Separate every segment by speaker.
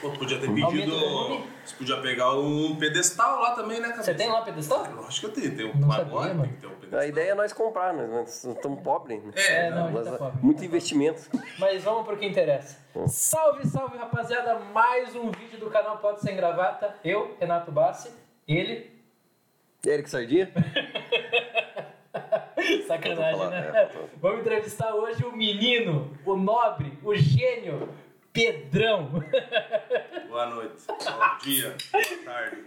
Speaker 1: Pô, podia ter pedido.
Speaker 2: Aumenta o volume.
Speaker 1: Você podia pegar um pedestal lá também, né, cabeça?
Speaker 2: Você tem lá pedestal?
Speaker 1: Lógico que eu tenho. Tem
Speaker 2: Não
Speaker 1: um
Speaker 2: sabia,
Speaker 1: agora,
Speaker 2: mano.
Speaker 1: tem que ter um pedestal.
Speaker 3: A ideia é nós comprar, nós nós estamos pobres. né?
Speaker 1: É,
Speaker 2: É, não, a gente
Speaker 3: Nós-
Speaker 2: tá pobre.
Speaker 3: muito investimento.
Speaker 2: Mas vamos pro que interessa. Salve, salve, rapaziada! Mais um vídeo do canal Pode Sem Gravata. Eu, Renato Bassi, ele.
Speaker 3: Eric Sardinha?
Speaker 2: Sacanagem,
Speaker 3: falando,
Speaker 2: né?
Speaker 3: é, faltou.
Speaker 2: Vamos entrevistar hoje o menino, o nobre, o gênio, Pedrão.
Speaker 1: Boa noite. Bom dia. Boa tarde.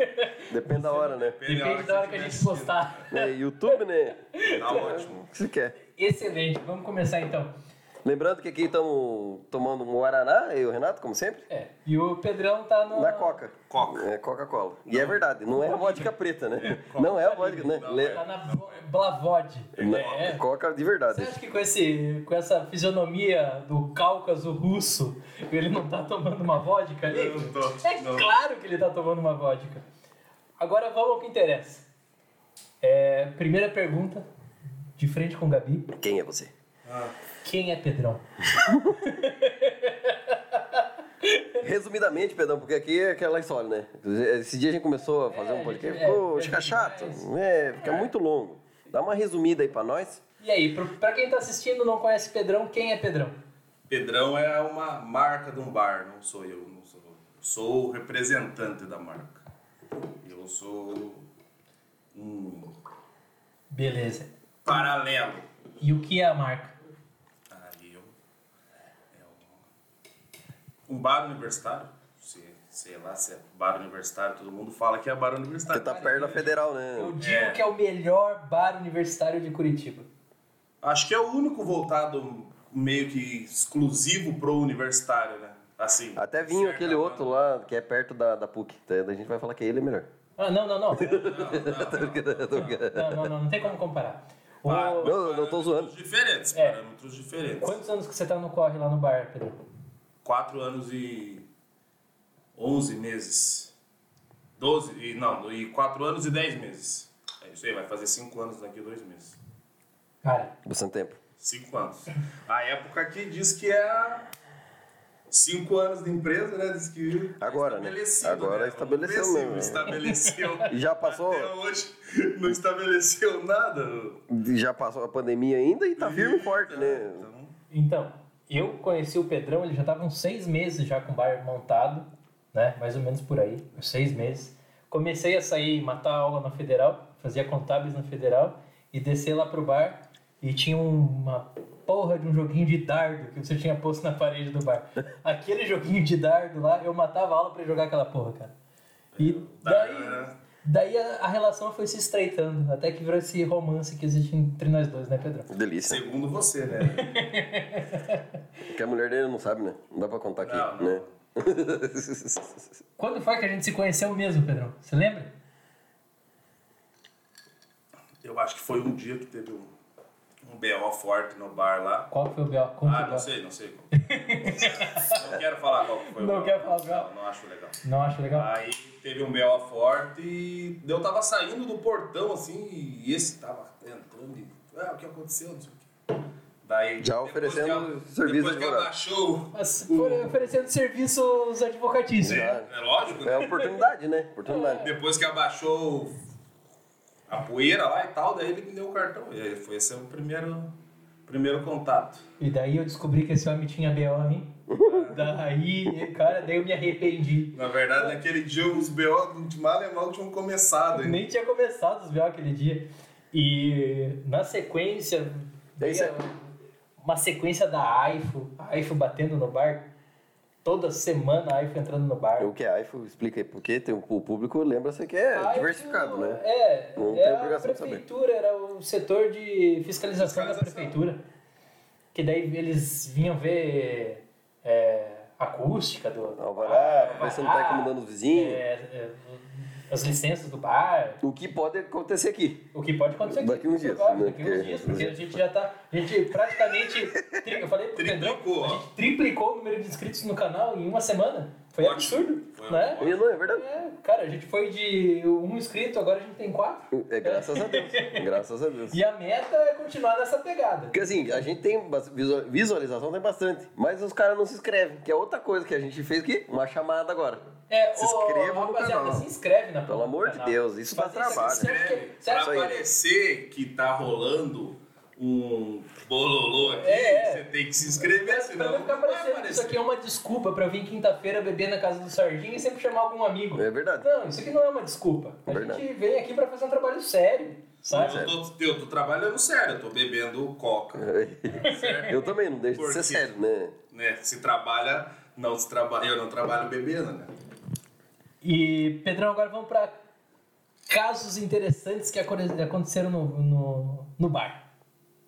Speaker 3: Depende da hora, né?
Speaker 1: Depende
Speaker 2: Depende da hora que a
Speaker 1: estiver
Speaker 2: gente postar.
Speaker 3: É, YouTube, né?
Speaker 1: assistindo. Tá ótimo.
Speaker 3: O que você quer?
Speaker 2: Excelente, vamos começar então.
Speaker 3: Lembrando que aqui estamos tomando um Guaraná, eu e o Renato, como sempre.
Speaker 2: É, e o Pedrão tá no.
Speaker 3: Na Coca.
Speaker 1: Coca.
Speaker 3: É Coca-Cola. E é verdade, não é a vodka preta, né? Não é a vodka, né?
Speaker 1: Não,
Speaker 3: Le-
Speaker 2: Tá na Vo- Blavod. É.
Speaker 3: Na- Coca de
Speaker 2: Você
Speaker 3: verdade.
Speaker 2: acha que com, esse, com essa fisionomia do Cáucaso russo, ele não tá tomando uma vodka ali?
Speaker 1: Eu não tô,
Speaker 2: é
Speaker 1: não.
Speaker 2: claro que ele tá tomando uma vodka. Agora vamos ao que interessa. É, primeira pergunta, de frente com o Gabi.
Speaker 3: Quem é você?
Speaker 1: Ah,
Speaker 2: Quem é Pedrão?
Speaker 3: Resumidamente, Pedrão, porque aqui é aquela história, né? Esse dia a gente começou a fazer
Speaker 2: É,
Speaker 3: um
Speaker 2: a
Speaker 3: podcast,
Speaker 2: gente- é,
Speaker 3: ficou,
Speaker 2: é
Speaker 3: fica
Speaker 2: demais.
Speaker 3: chato, né? Fica muito longo. Dá uma resumida aí pra nós.
Speaker 2: E aí, pro- pra quem tá assistindo e não conhece Pedrão, quem é Pedrão?
Speaker 1: Pedrão é uma marca de um bar, não sou eu. Não sou, eu sou o representante da marca. Eu sou um
Speaker 2: Beleza.
Speaker 1: paralelo.
Speaker 2: E o que é a marca?
Speaker 1: Aí Tá, eu. É um, um bar universitário. Se, sei lá se é bar universitário, todo mundo fala que é bar
Speaker 3: Você
Speaker 1: universitário.
Speaker 3: tá perto da federal,
Speaker 2: Eu
Speaker 3: né?
Speaker 2: digo
Speaker 1: É.
Speaker 2: que é o melhor bar universitário de Curitiba.
Speaker 1: Acho que é o único voltado meio que exclusivo pro universitário, né? Assim.
Speaker 3: Até vinho
Speaker 1: certa
Speaker 3: aquele
Speaker 1: banda.
Speaker 3: outro lá, que é perto da, da PUC. Tá? A gente vai falar que ele é melhor.
Speaker 2: Ah, não, não, não. Não,
Speaker 3: Tô brincando.
Speaker 2: não, não, não tem como comparar. O-
Speaker 1: Pá,
Speaker 3: Não, eu não tô
Speaker 1: parâmetros
Speaker 3: zoando.
Speaker 1: Diferentes,
Speaker 2: É.
Speaker 1: parâmetros diferentes.
Speaker 2: Quantos anos que você tá no corre lá no bar, Pedro?
Speaker 1: Quatro anos e 11 meses. 12, e não, e 4 anos e 10 meses. É isso aí, vai fazer 5 anos daqui a 2 meses.
Speaker 2: Cara,
Speaker 3: Bastante tempo.
Speaker 1: 5 anos. A época que diz que é 5 anos de empresa, né? Diz que
Speaker 3: Agora, né?
Speaker 1: estabelecido,
Speaker 3: Agora estabeleceu
Speaker 1: Não
Speaker 3: mesmo, né?
Speaker 1: Estabeleceu.
Speaker 3: E já passou,
Speaker 1: Até hoje não estabeleceu nada.
Speaker 3: já passou a pandemia ainda e tá firme e forte, né?
Speaker 1: Então,
Speaker 2: então, eu conheci o Pedrão, ele já tava uns seis meses já com o bar montado, né? Mais ou menos por aí, uns seis meses. Comecei a sair, matar aula na Federal, fazia contábeis na Federal, e descer lá pro bar, e tinha uma porra de um joguinho de dardo que você tinha posto na parede do bar. Aquele joguinho de dardo lá, eu matava aula pra jogar aquela porra, cara. E daí...
Speaker 1: era-
Speaker 2: Daí a, a relação foi se estreitando, até que virou esse romance que existe entre nós dois, né, Pedrão?
Speaker 3: Delícia.
Speaker 1: Segundo você, né?
Speaker 3: Porque a mulher dele não sabe, né? Não dá pra contar aqui,
Speaker 1: Não, não.
Speaker 3: né?
Speaker 2: Quando foi que a gente se conheceu mesmo, Pedrão? Você lembra?
Speaker 1: Eu acho que foi um dia que teve um, um BO forte no bar lá.
Speaker 2: Qual que foi o B.O.? Conta
Speaker 1: Ah,
Speaker 2: o B.O..
Speaker 1: não sei, não sei. como. não quero falar qual que foi
Speaker 2: Não
Speaker 1: o
Speaker 2: quer falar o B.O..
Speaker 1: Não, não acho legal.
Speaker 2: Não acho legal?
Speaker 1: Aí teve um BO forte e eu tava saindo do portão assim e esse tava entrando e. Ah, o que aconteceu? Não sei o quê. Daí.
Speaker 3: Já
Speaker 1: depois
Speaker 3: oferecendo
Speaker 1: que a-
Speaker 3: serviço
Speaker 1: Depois
Speaker 3: de
Speaker 1: que
Speaker 3: advogado.
Speaker 1: abaixou.
Speaker 2: Mas foram oferecendo serviços advocatícios.
Speaker 3: Já.
Speaker 1: É lógico,
Speaker 3: É
Speaker 1: né?
Speaker 3: uma oportunidade, né? Oportunidade.
Speaker 1: Depois que abaixou a poeira lá e tal, daí ele me deu o cartão. E aí foi esse é o primeiro, primeiro contato.
Speaker 2: E daí eu descobri que esse homem tinha B.O., hein? daí, cara, daí eu me arrependi.
Speaker 1: Na verdade, naquele dia os BO de mal e mal tinham começado ainda.
Speaker 2: Nem tinha começado os B.O. aquele dia. E na sequência,
Speaker 3: Daí
Speaker 2: veio uma sequência da AIFO, a AIFO batendo no bar. Toda semana a AIFO entrando no bar.
Speaker 3: O que é iPhone? Explica aí, porque tem um, o público lembra-se que é
Speaker 2: AIFO
Speaker 3: diversificado, né?
Speaker 2: É,
Speaker 3: Não
Speaker 2: é
Speaker 3: tem
Speaker 2: a
Speaker 3: obrigação de saber.
Speaker 2: prefeitura, era o setor de fiscalização, da
Speaker 1: Fiscalização.
Speaker 2: prefeitura. Que daí eles vinham ver é, acústica do... do
Speaker 3: Alvará,
Speaker 2: bar,
Speaker 3: ver se não tá incomodando os vizinhos.
Speaker 2: Ah, é, é, as licenças do bar,
Speaker 3: O que pode acontecer aqui?
Speaker 2: o que pode acontecer aqui.
Speaker 3: Daqui uns dias,
Speaker 2: Claro,
Speaker 3: né?
Speaker 2: Daqui uns
Speaker 3: Porque-
Speaker 2: dias, porque a gente já tá. A gente praticamente. tri- eu falei pro Pedrão,
Speaker 1: Triplicou,
Speaker 2: a
Speaker 1: ó.
Speaker 2: gente triplicou o número de inscritos no canal em uma semana. Foi
Speaker 1: Ótimo.
Speaker 2: absurdo.
Speaker 1: Foi
Speaker 2: Né?
Speaker 1: um-
Speaker 3: Willow, é verdade?
Speaker 2: É, cara, a gente foi de um inscrito, agora a gente tem quatro.
Speaker 3: É, graças a Deus. graças a Deus.
Speaker 2: E a meta é continuar nessa pegada.
Speaker 3: Porque assim, a gente tem bas- visua- visualização, tem bastante. Mas os caras não se inscrevem, que é outra coisa que a gente fez aqui, uma chamada agora.
Speaker 2: É,
Speaker 3: Se
Speaker 2: ô,
Speaker 3: inscreva no
Speaker 2: rapaziada,
Speaker 3: canal.
Speaker 2: Se inscreve na
Speaker 3: Pelo amor de Deus, isso dá
Speaker 2: Faz isso,
Speaker 3: trabalho.
Speaker 2: inscreve.
Speaker 1: Escreve
Speaker 2: Você
Speaker 1: pra
Speaker 2: acha é-
Speaker 3: que-
Speaker 1: parecer que tá rolando um bololô aqui,
Speaker 2: É.
Speaker 1: você tem que se inscrever,
Speaker 2: Pra
Speaker 1: senão
Speaker 2: não
Speaker 1: não
Speaker 2: ficar
Speaker 1: vai
Speaker 2: parecendo que isso
Speaker 1: aparecer.
Speaker 2: aqui é uma desculpa pra eu vir quinta-feira beber na casa do Sardinha e sempre chamar algum amigo.
Speaker 3: É verdade.
Speaker 2: Não, isso aqui não é uma desculpa. A
Speaker 3: Verdade. é
Speaker 2: gente vem aqui pra fazer um trabalho sério, sabe?
Speaker 1: Eu tô, eu tô trabalhando sério, eu tô bebendo coca, certo?
Speaker 3: Eu também, não deixo de
Speaker 1: Por
Speaker 3: ser
Speaker 1: quê?
Speaker 3: sério, né?
Speaker 1: né? Se trabalha, não se trabalha, eu não trabalho bebendo, né?
Speaker 2: E, Pedrão, agora vamos pra casos interessantes que acore- aconteceram no, no, no bar.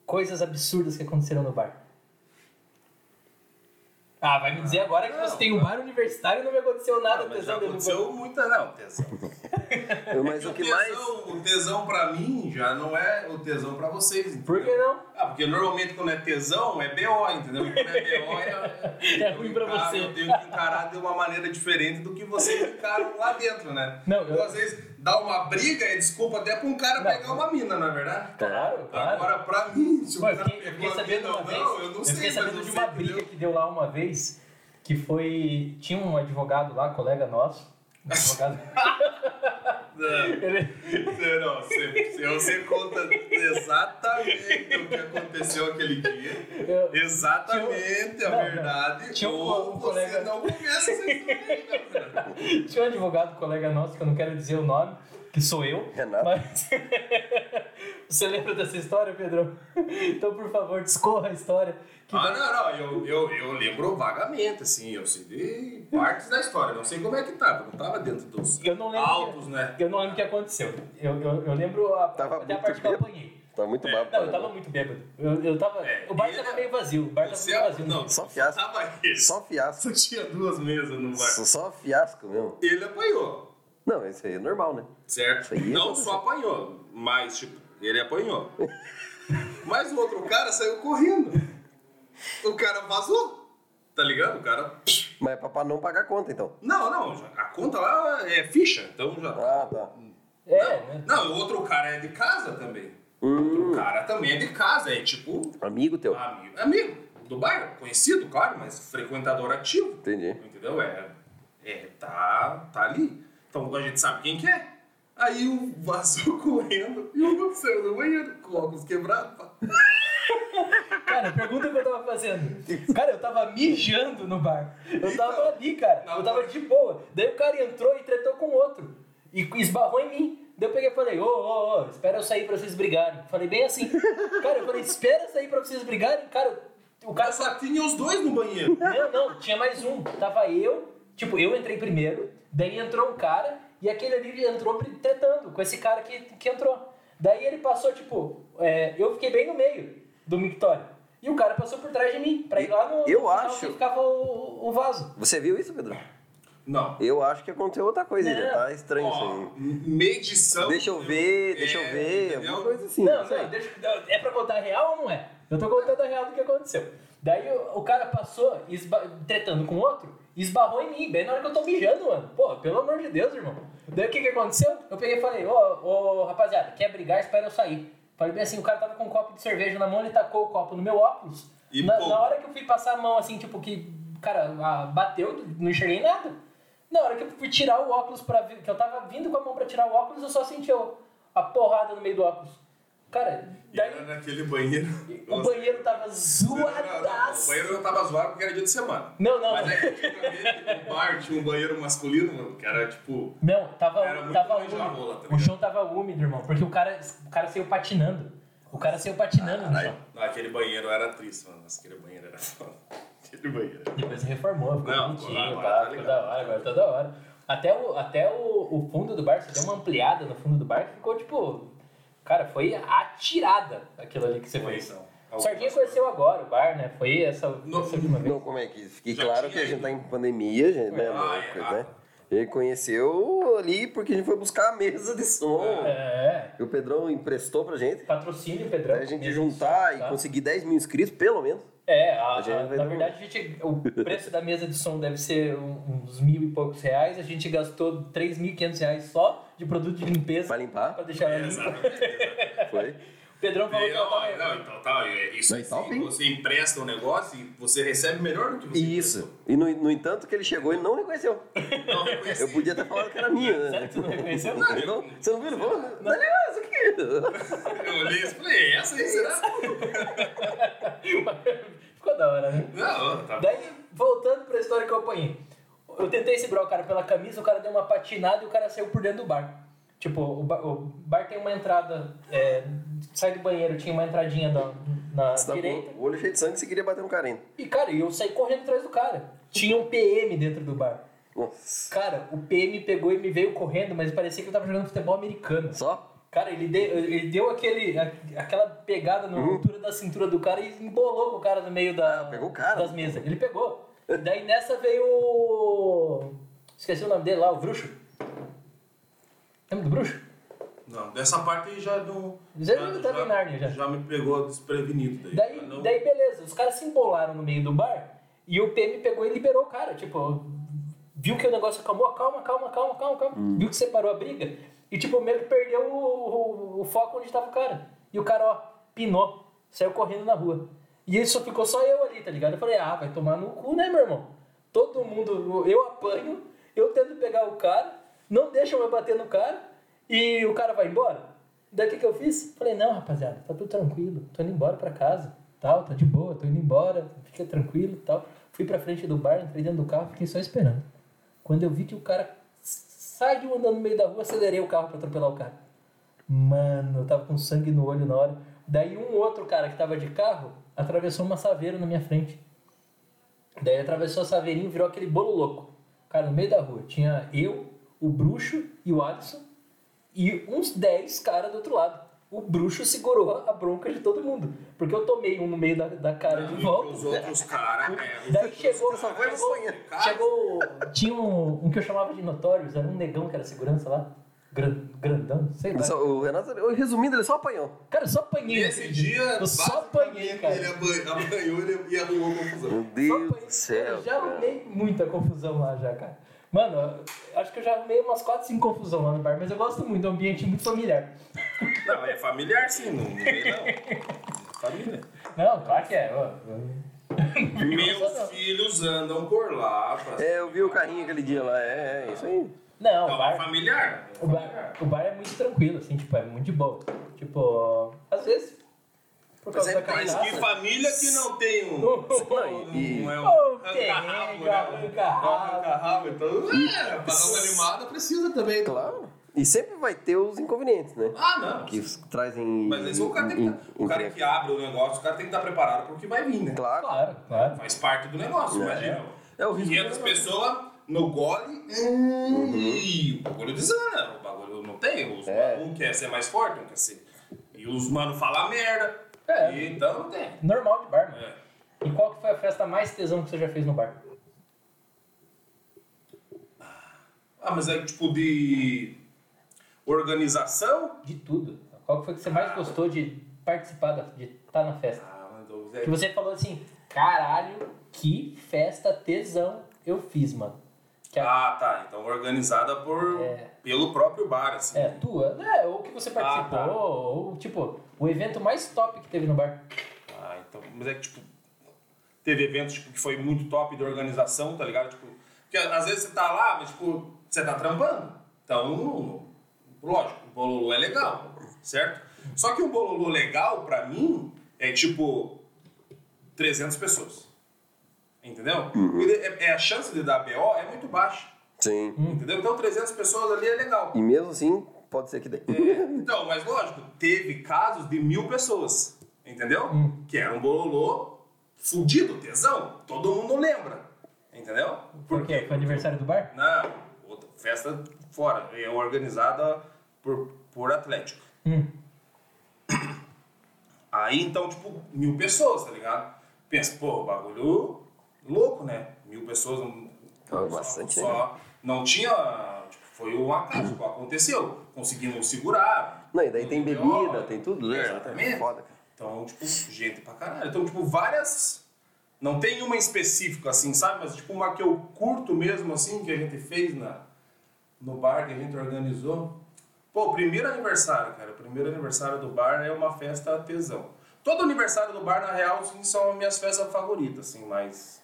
Speaker 2: Coisas absurdas que aconteceram no bar. Ah, vai me dizer agora que
Speaker 1: não,
Speaker 2: você tem um bar universitário e não me aconteceu nada,
Speaker 1: Ah, mas já
Speaker 2: tesão dentro do bar.
Speaker 1: aconteceu muita, não, tesão.
Speaker 3: Mas o que mais.
Speaker 1: tesão, o tesão pra mim já não é o tesão pra vocês, entendeu?
Speaker 2: Por que não?
Speaker 1: Ah, porque normalmente quando é tesão é BO, entendeu? Quando é BO é.
Speaker 2: É ruim pra
Speaker 1: eu encaro-
Speaker 2: você.
Speaker 1: Eu tenho que encarar de uma maneira diferente do que vocês encaram lá dentro, né?
Speaker 2: Não,
Speaker 1: então,
Speaker 2: eu-
Speaker 1: às vezes dá uma briga e desculpa até pra um cara
Speaker 2: Não.
Speaker 1: pegar uma mina, não é verdade?
Speaker 2: Claro, claro.
Speaker 1: Agora, pra mim, se o
Speaker 2: Pô, eu
Speaker 1: cara
Speaker 2: fiquei, eu
Speaker 1: pegou
Speaker 2: fiquei
Speaker 1: uma
Speaker 2: sabendo
Speaker 1: mina
Speaker 2: uma
Speaker 1: ou
Speaker 2: vez.
Speaker 1: não, eu não
Speaker 2: eu
Speaker 1: sei,
Speaker 2: fiquei
Speaker 1: mas
Speaker 2: sabendo
Speaker 1: eu
Speaker 2: de
Speaker 1: sei,
Speaker 2: uma briga
Speaker 1: entendeu?
Speaker 2: que deu lá uma vez, que foi. Tinha um advogado lá, colega nosso. Um advogado.
Speaker 1: Não,
Speaker 2: ele,
Speaker 1: É. não, você, você- você conta exatamente o que aconteceu aquele dia.
Speaker 2: eu-
Speaker 1: Exatamente
Speaker 2: Não,
Speaker 1: a
Speaker 2: não.
Speaker 1: verdade.
Speaker 2: Tinha um co-
Speaker 1: ou
Speaker 2: um
Speaker 1: você
Speaker 2: colega-
Speaker 1: não começa essa história, né? cara.
Speaker 2: tinha um advogado, colega nosso, que eu não quero dizer o nome, que sou eu.
Speaker 3: Renato.
Speaker 2: Mas. Você lembra dessa história, Pedrão? Então, por favor, discorra a história. Que
Speaker 1: Ah, não, não, eu, eu, eu lembro vagamente, assim, eu sei de partes da história, não sei como é que tava, não tava dentro dos
Speaker 2: eu não lembro.
Speaker 1: altos, né?
Speaker 2: Eu não lembro o que aconteceu. Eu, eu, eu lembro a,
Speaker 3: Tava
Speaker 2: até a
Speaker 3: muito
Speaker 2: parte que eu
Speaker 3: bêbado.
Speaker 2: apanhei.
Speaker 3: Tá muito
Speaker 1: É,
Speaker 3: babo.
Speaker 2: Não, eu tava muito bêbado. Eu, eu tava.
Speaker 1: É,
Speaker 2: o bar
Speaker 1: e-
Speaker 2: tava meio vazio. O bar tava
Speaker 1: Você, é-
Speaker 2: meio vazio.
Speaker 1: não,
Speaker 3: Só fiasco.
Speaker 1: tava isso.
Speaker 3: Só fiasco.
Speaker 1: Só tinha duas mesas no bar.
Speaker 3: Só, só fiasco mesmo.
Speaker 1: Ele apanhou,
Speaker 3: Não, isso aí é normal, né?
Speaker 1: certo?
Speaker 3: Isso aí
Speaker 1: Não
Speaker 3: é
Speaker 1: só apanhou, mas, tipo, ele apanhou. Mas o outro cara saiu correndo. O cara vazou, tá ligado? O cara.
Speaker 3: Mas é pra- pra não pagar conta, então.
Speaker 1: Não, não, já- a conta lá é ficha, então já
Speaker 3: Ah, tá.
Speaker 2: É, né?
Speaker 1: Não, o outro cara é de casa também.
Speaker 3: Hum.
Speaker 1: Outro cara também é de casa, é tipo
Speaker 3: Amigo teu.
Speaker 1: ami- amigo do bairro, conhecido, claro, mas frequentador ativo.
Speaker 3: Entendi.
Speaker 1: Entendeu? É, é tá, tá ali. Então a gente sabe quem que é. Aí o vazou correndo e o saiu do banheiro com óculos quebrados. pá.
Speaker 2: Cara, pergunta o que eu tava fazendo. Cara, eu tava mijando no bar. Eu tava ali, cara. Eu tava de boa. Daí o cara entrou e tretou com o outro. E esbarrou em mim. Daí eu peguei e falei, ô, ô, ô, espera eu sair pra vocês brigarem. Falei bem assim. Cara, eu falei, espera eu sair pra vocês brigarem. Cara, o cara...
Speaker 1: Mas só tinha os dois no banheiro.
Speaker 2: Não, não, tinha mais um. Tava eu, tipo, eu entrei primeiro. Daí entrou um cara. E aquele ali entrou tretando com esse cara que, que entrou. Daí ele passou, tipo, é, eu fiquei bem no meio do mictório. E o cara passou por trás de mim, pra ir lá no,
Speaker 3: Eu
Speaker 2: no final
Speaker 3: acho-
Speaker 2: que ficava o, o vaso.
Speaker 3: Você viu isso, Pedro?
Speaker 1: Não.
Speaker 3: Eu acho que aconteceu outra coisa
Speaker 2: Não.
Speaker 3: ainda. Tá estranho
Speaker 1: Ó,
Speaker 3: isso aí.
Speaker 1: medição.
Speaker 3: Deixa eu ver, deixa eu
Speaker 1: É,
Speaker 3: ver.
Speaker 1: entendeu?
Speaker 3: Alguma coisa assim.
Speaker 2: não,
Speaker 3: sei.
Speaker 2: não, deixa, não, é pra contar a real ou não é? Eu tô contando a real do que aconteceu. Daí o, o cara passou, esba- tretando com o outro, e esbarrou em mim, bem na hora que eu tô mijando, mano. Pô, pelo amor de Deus, irmão. Daí o que que aconteceu? Eu peguei e falei, ô, ô, rapaziada, quer brigar, espera eu sair. Falei bem assim, o cara tava com um copo de cerveja na mão, ele tacou o copo no meu óculos.
Speaker 1: E
Speaker 2: na,
Speaker 1: pô.
Speaker 2: na hora que eu fui passar a mão, assim, tipo, que, cara, a- bateu, não enxerguei nada. Na hora que eu fui tirar o óculos para que eu tava vindo com a mão pra tirar o óculos, eu só senti o- a porrada no meio do óculos. Cara,
Speaker 1: E Era
Speaker 2: daí
Speaker 1: naquele banheiro.
Speaker 2: o
Speaker 1: Nossa.
Speaker 2: banheiro tava
Speaker 1: Não, não, não. O
Speaker 2: zoadaço.
Speaker 1: banheiro eu tava zoado porque era dia de semana.
Speaker 2: Não, não,
Speaker 1: Mas
Speaker 2: não.
Speaker 1: é que antigamente no bar tinha um banheiro masculino, mano, que era tipo.
Speaker 2: Não, tava,
Speaker 1: Era muito
Speaker 2: tava
Speaker 1: longe da
Speaker 2: úmido.
Speaker 1: rola, tá
Speaker 2: o
Speaker 1: ligado?
Speaker 2: chão tava úmido, irmão, porque o cara, o cara saiu patinando. O cara saiu patinando no chão.
Speaker 1: Não, aquele banheiro era triste, mano. Nossa, aquele banheiro era foda. Aquele banheiro.
Speaker 2: Depois reformou, ficou
Speaker 1: Não,
Speaker 2: bonitinho,
Speaker 1: agora
Speaker 2: pá,
Speaker 1: tá
Speaker 2: ficou
Speaker 1: ligado.
Speaker 2: da hora, agora tá da hora. Até o, até o, o fundo do bar, você deu uma ampliada no fundo do bar que ficou tipo. Cara, foi atirada aquilo ali que você
Speaker 1: Foi,
Speaker 2: fez.
Speaker 1: então.
Speaker 2: O Sardinha conheceu agora o bar, né? Foi essa,
Speaker 1: Não,
Speaker 2: essa última vez.
Speaker 3: Não, como é que fique
Speaker 1: Já
Speaker 3: claro
Speaker 1: tinha
Speaker 3: que a gente
Speaker 1: ido.
Speaker 3: tá em pandemia, gente, né?
Speaker 1: Ah,
Speaker 3: mano,
Speaker 1: é,
Speaker 3: coisa,
Speaker 1: ah.
Speaker 3: né? Ele conheceu ali porque a gente foi buscar a mesa de som.
Speaker 2: É,
Speaker 3: E o Pedrão emprestou pra gente.
Speaker 2: patrocínio, Pedrão.
Speaker 3: Pra gente
Speaker 2: mesmo,
Speaker 3: juntar e
Speaker 2: tá?
Speaker 3: conseguir 10 mil inscritos, pelo menos.
Speaker 2: É, a-
Speaker 3: A gente
Speaker 2: a-
Speaker 3: vai
Speaker 2: na
Speaker 3: no-
Speaker 2: verdade, a gente, o preço da mesa de som deve ser um- uns mil e poucos reais. A gente gastou 3.500 reais só de produto de limpeza
Speaker 3: Pra limpar?
Speaker 2: pra deixar ela limpa.
Speaker 1: Exatamente.
Speaker 3: Foi.
Speaker 2: O Pedrão falou que
Speaker 1: Não,
Speaker 2: ela
Speaker 1: não,
Speaker 2: tava...
Speaker 1: então tá, é isso
Speaker 3: Não,
Speaker 1: assim,
Speaker 3: top, hein?
Speaker 1: você empresta um negócio e você recebe melhor do que você
Speaker 3: Isso. E no, no entanto que ele chegou e não reconheceu.
Speaker 1: emprestou. Não reconheci.
Speaker 3: Eu podia ter falado que era minha, né?
Speaker 2: Sério que tu não reconheceu?
Speaker 3: Você não, você não viu? Não, não. Aliás, o que é isso?
Speaker 1: Eu olhei e falei, "É, essa aí será?
Speaker 2: Ficou da hora, né?
Speaker 1: Não, tá
Speaker 2: Daí, voltando pra história que eu apanhei. Eu tentei segurar o cara pela camisa, o cara deu uma patinada e o cara saiu por dentro do bar. Tipo, o bar, o bar tem uma entrada. é, sai do banheiro, tinha uma entradinha na, na
Speaker 3: Você tá
Speaker 2: direita.
Speaker 3: com o olho cheio de sangue e você queria bater no carinho.
Speaker 2: E, cara, eu saí correndo atrás do cara. Tinha um PM dentro do bar.
Speaker 3: Nossa.
Speaker 2: Cara, o PM pegou e me veio correndo, mas parecia que eu tava jogando futebol americano.
Speaker 3: Só?
Speaker 2: Cara, ele deu, ele deu aquele, a- aquela pegada na altura da cintura do cara e embolou com o cara no meio da,
Speaker 3: Ah, Uhum. pegou o cara.
Speaker 2: das mesas. Ele pegou. E daí nessa veio o... Esqueci o nome dele lá, o bruxo. Lembra do bruxo?
Speaker 1: Não, dessa parte aí já não.
Speaker 2: Já não tava em Nárnia, já.
Speaker 1: me pegou desprevenido daí.
Speaker 2: Daí,
Speaker 1: Já não-
Speaker 2: daí beleza, os caras se embolaram no meio do bar e o PM pegou e liberou o cara. Tipo, viu que o negócio acabou, calma, calma, calma, calma, calma. Viu que separou a briga e, tipo, meio que perdeu o, o- o foco onde tava o cara. E o cara, ó, pinou, saiu correndo na rua. E isso só ficou só eu ali, tá ligado? Eu falei, ah, vai tomar no cu, né, meu irmão? Todo mundo, eu apanho, eu tento pegar o cara, não deixam eu bater no cara e o cara vai embora. Daí o que, que eu fiz? Falei, não, rapaziada, tá tudo tranquilo, tô indo embora pra casa, tal, tá de boa, tô indo embora, fica tranquilo tal. Fui pra frente do bar, entrei dentro do carro, fiquei só esperando. Quando eu vi que o cara saiu andando no meio da rua, acelerei o carro pra atropelar o cara. Mano, eu tava com sangue no olho na hora. Daí um outro cara que tava de carro atravessou uma saveira na minha frente. Daí ele atravessou a saveirinha e virou aquele bolo louco. Cara, no meio da rua tinha eu, o bruxo e o Alisson e uns 10 caras do outro lado. O bruxo segurou a bronca de todo mundo. Porque eu tomei um no meio da, da cara de volta.
Speaker 1: Os outros caras. é, os
Speaker 2: Daí
Speaker 1: outros
Speaker 2: chegou,
Speaker 1: caras
Speaker 3: foi
Speaker 1: são
Speaker 3: apanhar.
Speaker 1: complicados.
Speaker 2: chegou. Tinha um, um que eu chamava de Notorious, era um negão que era segurança lá. gran- grandão, sei lá.
Speaker 3: Só- o Renato, resumindo, ele só apanhou.
Speaker 2: Cara, eu só apanhei.
Speaker 1: Nesse dia,
Speaker 2: eu só apanhei,
Speaker 1: basicamente,
Speaker 2: cara.
Speaker 1: Ele apan- apanhou ele- e arrumou
Speaker 3: Meu
Speaker 1: confusão.
Speaker 2: Só
Speaker 3: Deus
Speaker 2: apanhei.
Speaker 3: do céu.
Speaker 2: Eu já
Speaker 3: cara.
Speaker 2: arrumei muita confusão lá já, cara. Mano, eu acho que eu já arrumei umas 4, 5 confusão lá no bar, mas eu gosto muito, é um ambiente muito familiar.
Speaker 1: Não, é familiar sim, não. não vem, não. Família.
Speaker 2: Não, claro que é. ó.
Speaker 1: Meus filhos andam por lá. pra-
Speaker 3: É, eu vi o carrinho aquele dia lá. É, é isso aí.
Speaker 2: Não, o
Speaker 1: Não, é
Speaker 2: bar,
Speaker 1: familiar.
Speaker 2: o, bar, o bar é muito tranquilo, assim, tipo, é muito de boa. Tipo, às vezes, por causa
Speaker 3: é
Speaker 2: da
Speaker 1: Mas
Speaker 2: carne.
Speaker 1: que família que não tem um.
Speaker 2: Não,
Speaker 3: e-
Speaker 1: Não é um
Speaker 2: Ô,
Speaker 1: arranca-rabo,
Speaker 2: pega,
Speaker 1: né?
Speaker 2: arranca-rabo.
Speaker 1: Arranca-rabo, então. É, pra dar uma animada precisa também.
Speaker 3: Claro. E sempre vai ter os inconvenientes, né?
Speaker 1: Ah, não.
Speaker 3: Que os trazem.
Speaker 1: Mas esse é o cara tem que tá- O cara que abre o negócio, o cara tem que estar preparado pro que vai vir, né?
Speaker 3: Claro.
Speaker 2: Claro, claro.
Speaker 1: Faz parte do negócio, imagina.
Speaker 3: É o risco.
Speaker 1: 500 pessoas no gole. é, E o bagulho desana. O bagulho não tem. Os,
Speaker 3: É.
Speaker 1: Um quer ser mais forte, um quer ser. E os mano falam merda.
Speaker 2: É.
Speaker 1: E então não tem.
Speaker 2: Normal de bar, mano.
Speaker 1: É.
Speaker 2: E qual que foi a festa mais tesão que você já fez no bar?
Speaker 1: Ah, mas é tipo de organização?
Speaker 2: De tudo. Qual que foi que você mais gostou de participar, da- de estar na festa?
Speaker 1: Ah, mandou.
Speaker 2: Que você falou assim, caralho, que festa tesão eu fiz, mano. Que a-
Speaker 1: Ah, tá. Então organizada por,
Speaker 2: É.
Speaker 1: pelo próprio bar, assim.
Speaker 2: é tua, né? Ou que você participou,
Speaker 1: Ah, tá.
Speaker 2: ou tipo, o evento mais top que teve no bar.
Speaker 1: Ah, então. Mas é que, tipo, teve eventos tipo, que foi muito top de organização, tá ligado? Tipo, porque às vezes você tá lá, mas, tipo, você tá trampando. Então, lógico, o bololô é legal, certo? Só que o bololô legal, pra mim, é tipo 300 pessoas. Entendeu? Porque É, é a chance de dar BO é muito baixa.
Speaker 3: Sim.
Speaker 1: Entendeu? Então 300 pessoas ali é legal.
Speaker 3: E mesmo assim, pode ser que dê.
Speaker 2: É.
Speaker 1: Então, mas lógico, teve casos de mil pessoas, entendeu?
Speaker 2: Hum.
Speaker 1: Que era um bololô fudido, tesão. Todo mundo lembra, entendeu?
Speaker 2: Por quê? Foi aniversário do bar?
Speaker 1: Não, outra festa fora, é organizada por, por Atlético.
Speaker 2: Hum.
Speaker 1: Aí então, tipo, mil pessoas, tá ligado? Pensa, pô, bagulho louco, né? Mil pessoas. não-
Speaker 3: Ah, bastante,
Speaker 1: só não tinha. Tipo, foi um acaso, tipo, aconteceu. Conseguimos segurar.
Speaker 3: Não, e daí tem
Speaker 1: deu hora. É,
Speaker 3: bebida, tem tudo, né?
Speaker 1: Exatamente.
Speaker 3: Foda, cara.
Speaker 1: Então, tipo, gente pra caralho. Então, tipo, várias Não tem uma específica, assim, sabe? Mas tipo uma que eu curto mesmo, assim, que a gente fez na, no bar que a gente organizou. Pô, o primeiro aniversário, cara. O primeiro aniversário do bar é uma festa tesão. Todo aniversário do bar, na real, assim, são as minhas festas favoritas, assim, mas...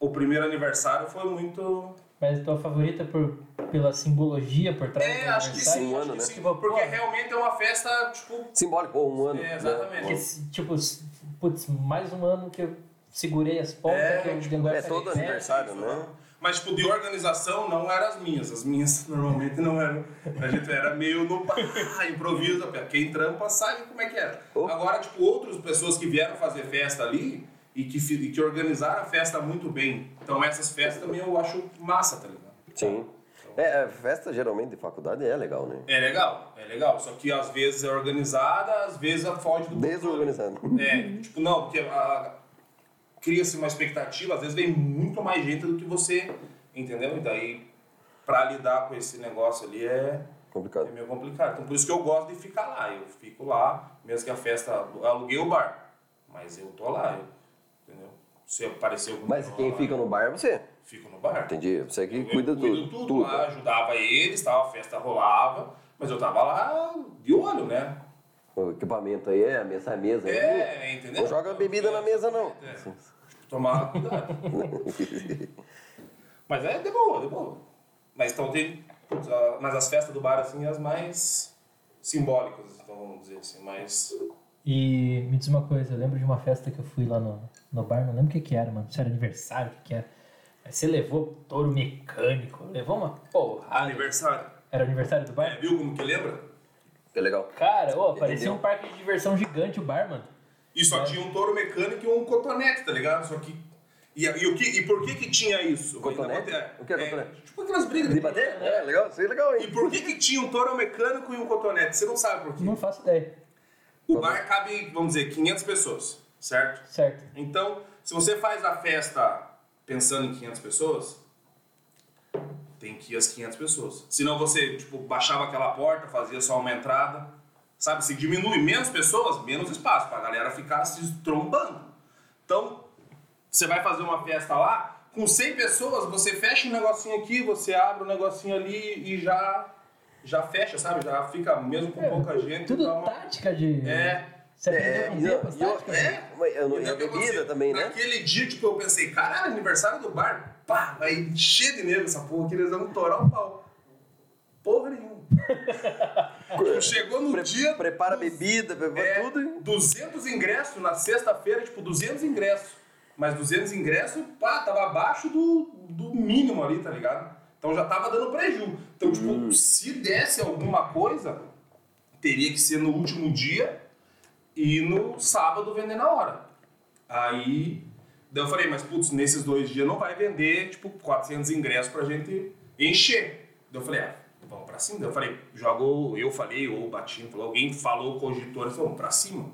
Speaker 1: O primeiro aniversário foi muito...
Speaker 2: Mas tua favorita por, pela simbologia por trás
Speaker 1: É,
Speaker 2: do
Speaker 1: acho que
Speaker 2: aniversário?
Speaker 1: sim,
Speaker 3: um
Speaker 1: acho
Speaker 3: ano,
Speaker 1: que
Speaker 3: né?
Speaker 1: sim. Porque realmente é uma festa, tipo...
Speaker 3: Simbólico, ou um ano.
Speaker 1: É,
Speaker 3: né?
Speaker 1: exatamente.
Speaker 2: Porque, se- tipo, s- putz, mais um ano que eu segurei as pontas,
Speaker 1: É,
Speaker 2: que eu
Speaker 1: tipo,
Speaker 2: negócio
Speaker 3: é todo
Speaker 2: ali, né?
Speaker 3: aniversário, né?
Speaker 1: Mas, tipo, de organização não eram as minhas. As minhas normalmente não eram. A gente era meio no pá, improviso. Quem trampa sabe como é que era.
Speaker 3: Oh.
Speaker 1: Agora, tipo, outras pessoas que vieram fazer festa ali e que, fi- e que organizaram a festa muito bem. Então, essas festas também eu acho massa, tá ligado?
Speaker 3: Sim. É, é, festa geralmente de faculdade é legal, né?
Speaker 1: É legal, é legal. Só que às vezes é organizada, às vezes foge do controle.
Speaker 3: Desorganizado.
Speaker 1: É, tipo, não, porque a- a- cria-se uma expectativa, às vezes vem muito mais gente do que você, entendeu? E daí, pra lidar com esse negócio ali é, é
Speaker 3: Complicado.
Speaker 1: meio complicado. Então, por isso que eu gosto de ficar lá. Eu fico lá, mesmo que a festa. Eu aluguei o bar, mas eu tô lá, eu- entendeu? Se aparecer algum.
Speaker 3: Mas quem
Speaker 1: lá,
Speaker 3: fica no bar é você.
Speaker 1: Fico no bar.
Speaker 3: Entendi. Você que
Speaker 1: Eu
Speaker 3: cuida de
Speaker 1: cuido
Speaker 3: tudo.
Speaker 1: tudo,
Speaker 3: tudo.
Speaker 1: lá, ajudava eles, tal, a festa rolava, mas eu tava lá de olho, né?
Speaker 3: O equipamento aí é a mesa, a mesa aí.
Speaker 1: É, entendeu?
Speaker 3: Não joga bebida na mesa, não.
Speaker 1: É. Tomar cuidado. Mas é de boa, de boa. Mas então tem. putz, a- Mas as festas do bar, assim, as mais simbólicas, então vamos dizer assim, mais.
Speaker 2: E me diz uma coisa, eu lembro de uma festa que eu fui lá no, no bar, não lembro o que que era, mano, se era aniversário, o que que era. Mas você levou touro mecânico, levou uma
Speaker 3: Ah,
Speaker 2: porrada.
Speaker 1: Aniversário.
Speaker 2: Era aniversário do
Speaker 1: É,
Speaker 2: bar?
Speaker 1: viu como que lembra?
Speaker 3: É legal.
Speaker 2: Cara, ô, parecia
Speaker 3: Entendeu?
Speaker 2: um parque de diversão gigante o bar, mano.
Speaker 1: E
Speaker 3: É.
Speaker 1: só tinha um touro mecânico e um cotonete, tá ligado? Só que. E, e o que, e por que que tinha isso?
Speaker 3: Cotonete?
Speaker 1: Ainda-
Speaker 3: O que é cotonete?
Speaker 1: Tipo aquelas brigas
Speaker 3: De bater? É, legal. Isso aí é legal,
Speaker 1: E
Speaker 3: hein?
Speaker 1: por que que tinha um touro mecânico e um cotonete? Você não sabe por quê.
Speaker 2: Não faço ideia.
Speaker 1: O bar cabe, vamos dizer, 500 pessoas, certo?
Speaker 2: Certo.
Speaker 1: Então, se você faz a festa pensando em 500 pessoas, tem que ir às 500 pessoas. Senão você, tipo, baixava aquela porta, fazia só uma entrada. Sabe, se diminui menos pessoas, menos espaço pra galera ficar se trombando. Então, você vai fazer uma festa lá, com 100 pessoas, você fecha um negocinho aqui, você abre um negocinho ali e já já fecha, sabe? Já fica mesmo com
Speaker 2: É,
Speaker 1: pouca gente.
Speaker 2: Tudo tá.
Speaker 1: dá uma-
Speaker 2: tática de...
Speaker 1: É.
Speaker 2: Você aprendeu
Speaker 3: tá É,
Speaker 2: com
Speaker 3: e
Speaker 2: o tempo,
Speaker 3: eu-
Speaker 2: as
Speaker 3: e eu-
Speaker 2: táticas? né?
Speaker 3: é, mas eu não- e
Speaker 1: Então,
Speaker 3: a
Speaker 1: o que aconteceu?
Speaker 3: bebida também, né?
Speaker 1: Naquele dia, tipo, eu pensei, caralho, aniversário do bar, pá, vai encher de nego essa porra que eles vão torar o pau. Porra nenhuma. Tipo, Chegou no dia.
Speaker 3: Prepara a bebida, prepara
Speaker 1: é,
Speaker 3: tudo. hein?
Speaker 1: 200 ingressos na sexta-feira, tipo, 200 ingressos. Mas 200 ingressos, pá, tava abaixo do, do mínimo ali, tá ligado? Então já tava dando preju. Então, tipo,
Speaker 3: Hum.
Speaker 1: se desse alguma coisa, teria que ser no último dia e no sábado vender na hora. Aí, daí eu falei, mas putz, nesses dois dias não vai vender, tipo, 400 ingressos pra gente encher. Daí eu falei, ah, vamos pra cima. Daí eu falei, jogou, eu falei, ou o Batinho falou, alguém falou, cogitou, eles falaram, pra cima.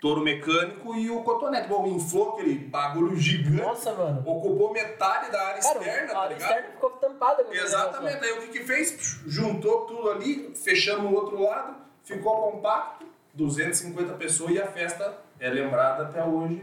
Speaker 1: Touro mecânico e o cotonete. Bom, inflou aquele bagulho gigante.
Speaker 2: Nossa, mano.
Speaker 1: Ocupou metade da área
Speaker 2: Cara,
Speaker 1: externa,
Speaker 2: a
Speaker 1: tá
Speaker 2: área
Speaker 1: ligado?
Speaker 2: externa ficou tampada. com aquele negócio lá.
Speaker 1: Exatamente. Aí o que que fez? Psh, Juntou tudo ali, fechamos o outro lado, ficou compacto, 250 pessoas e a festa é lembrada até hoje,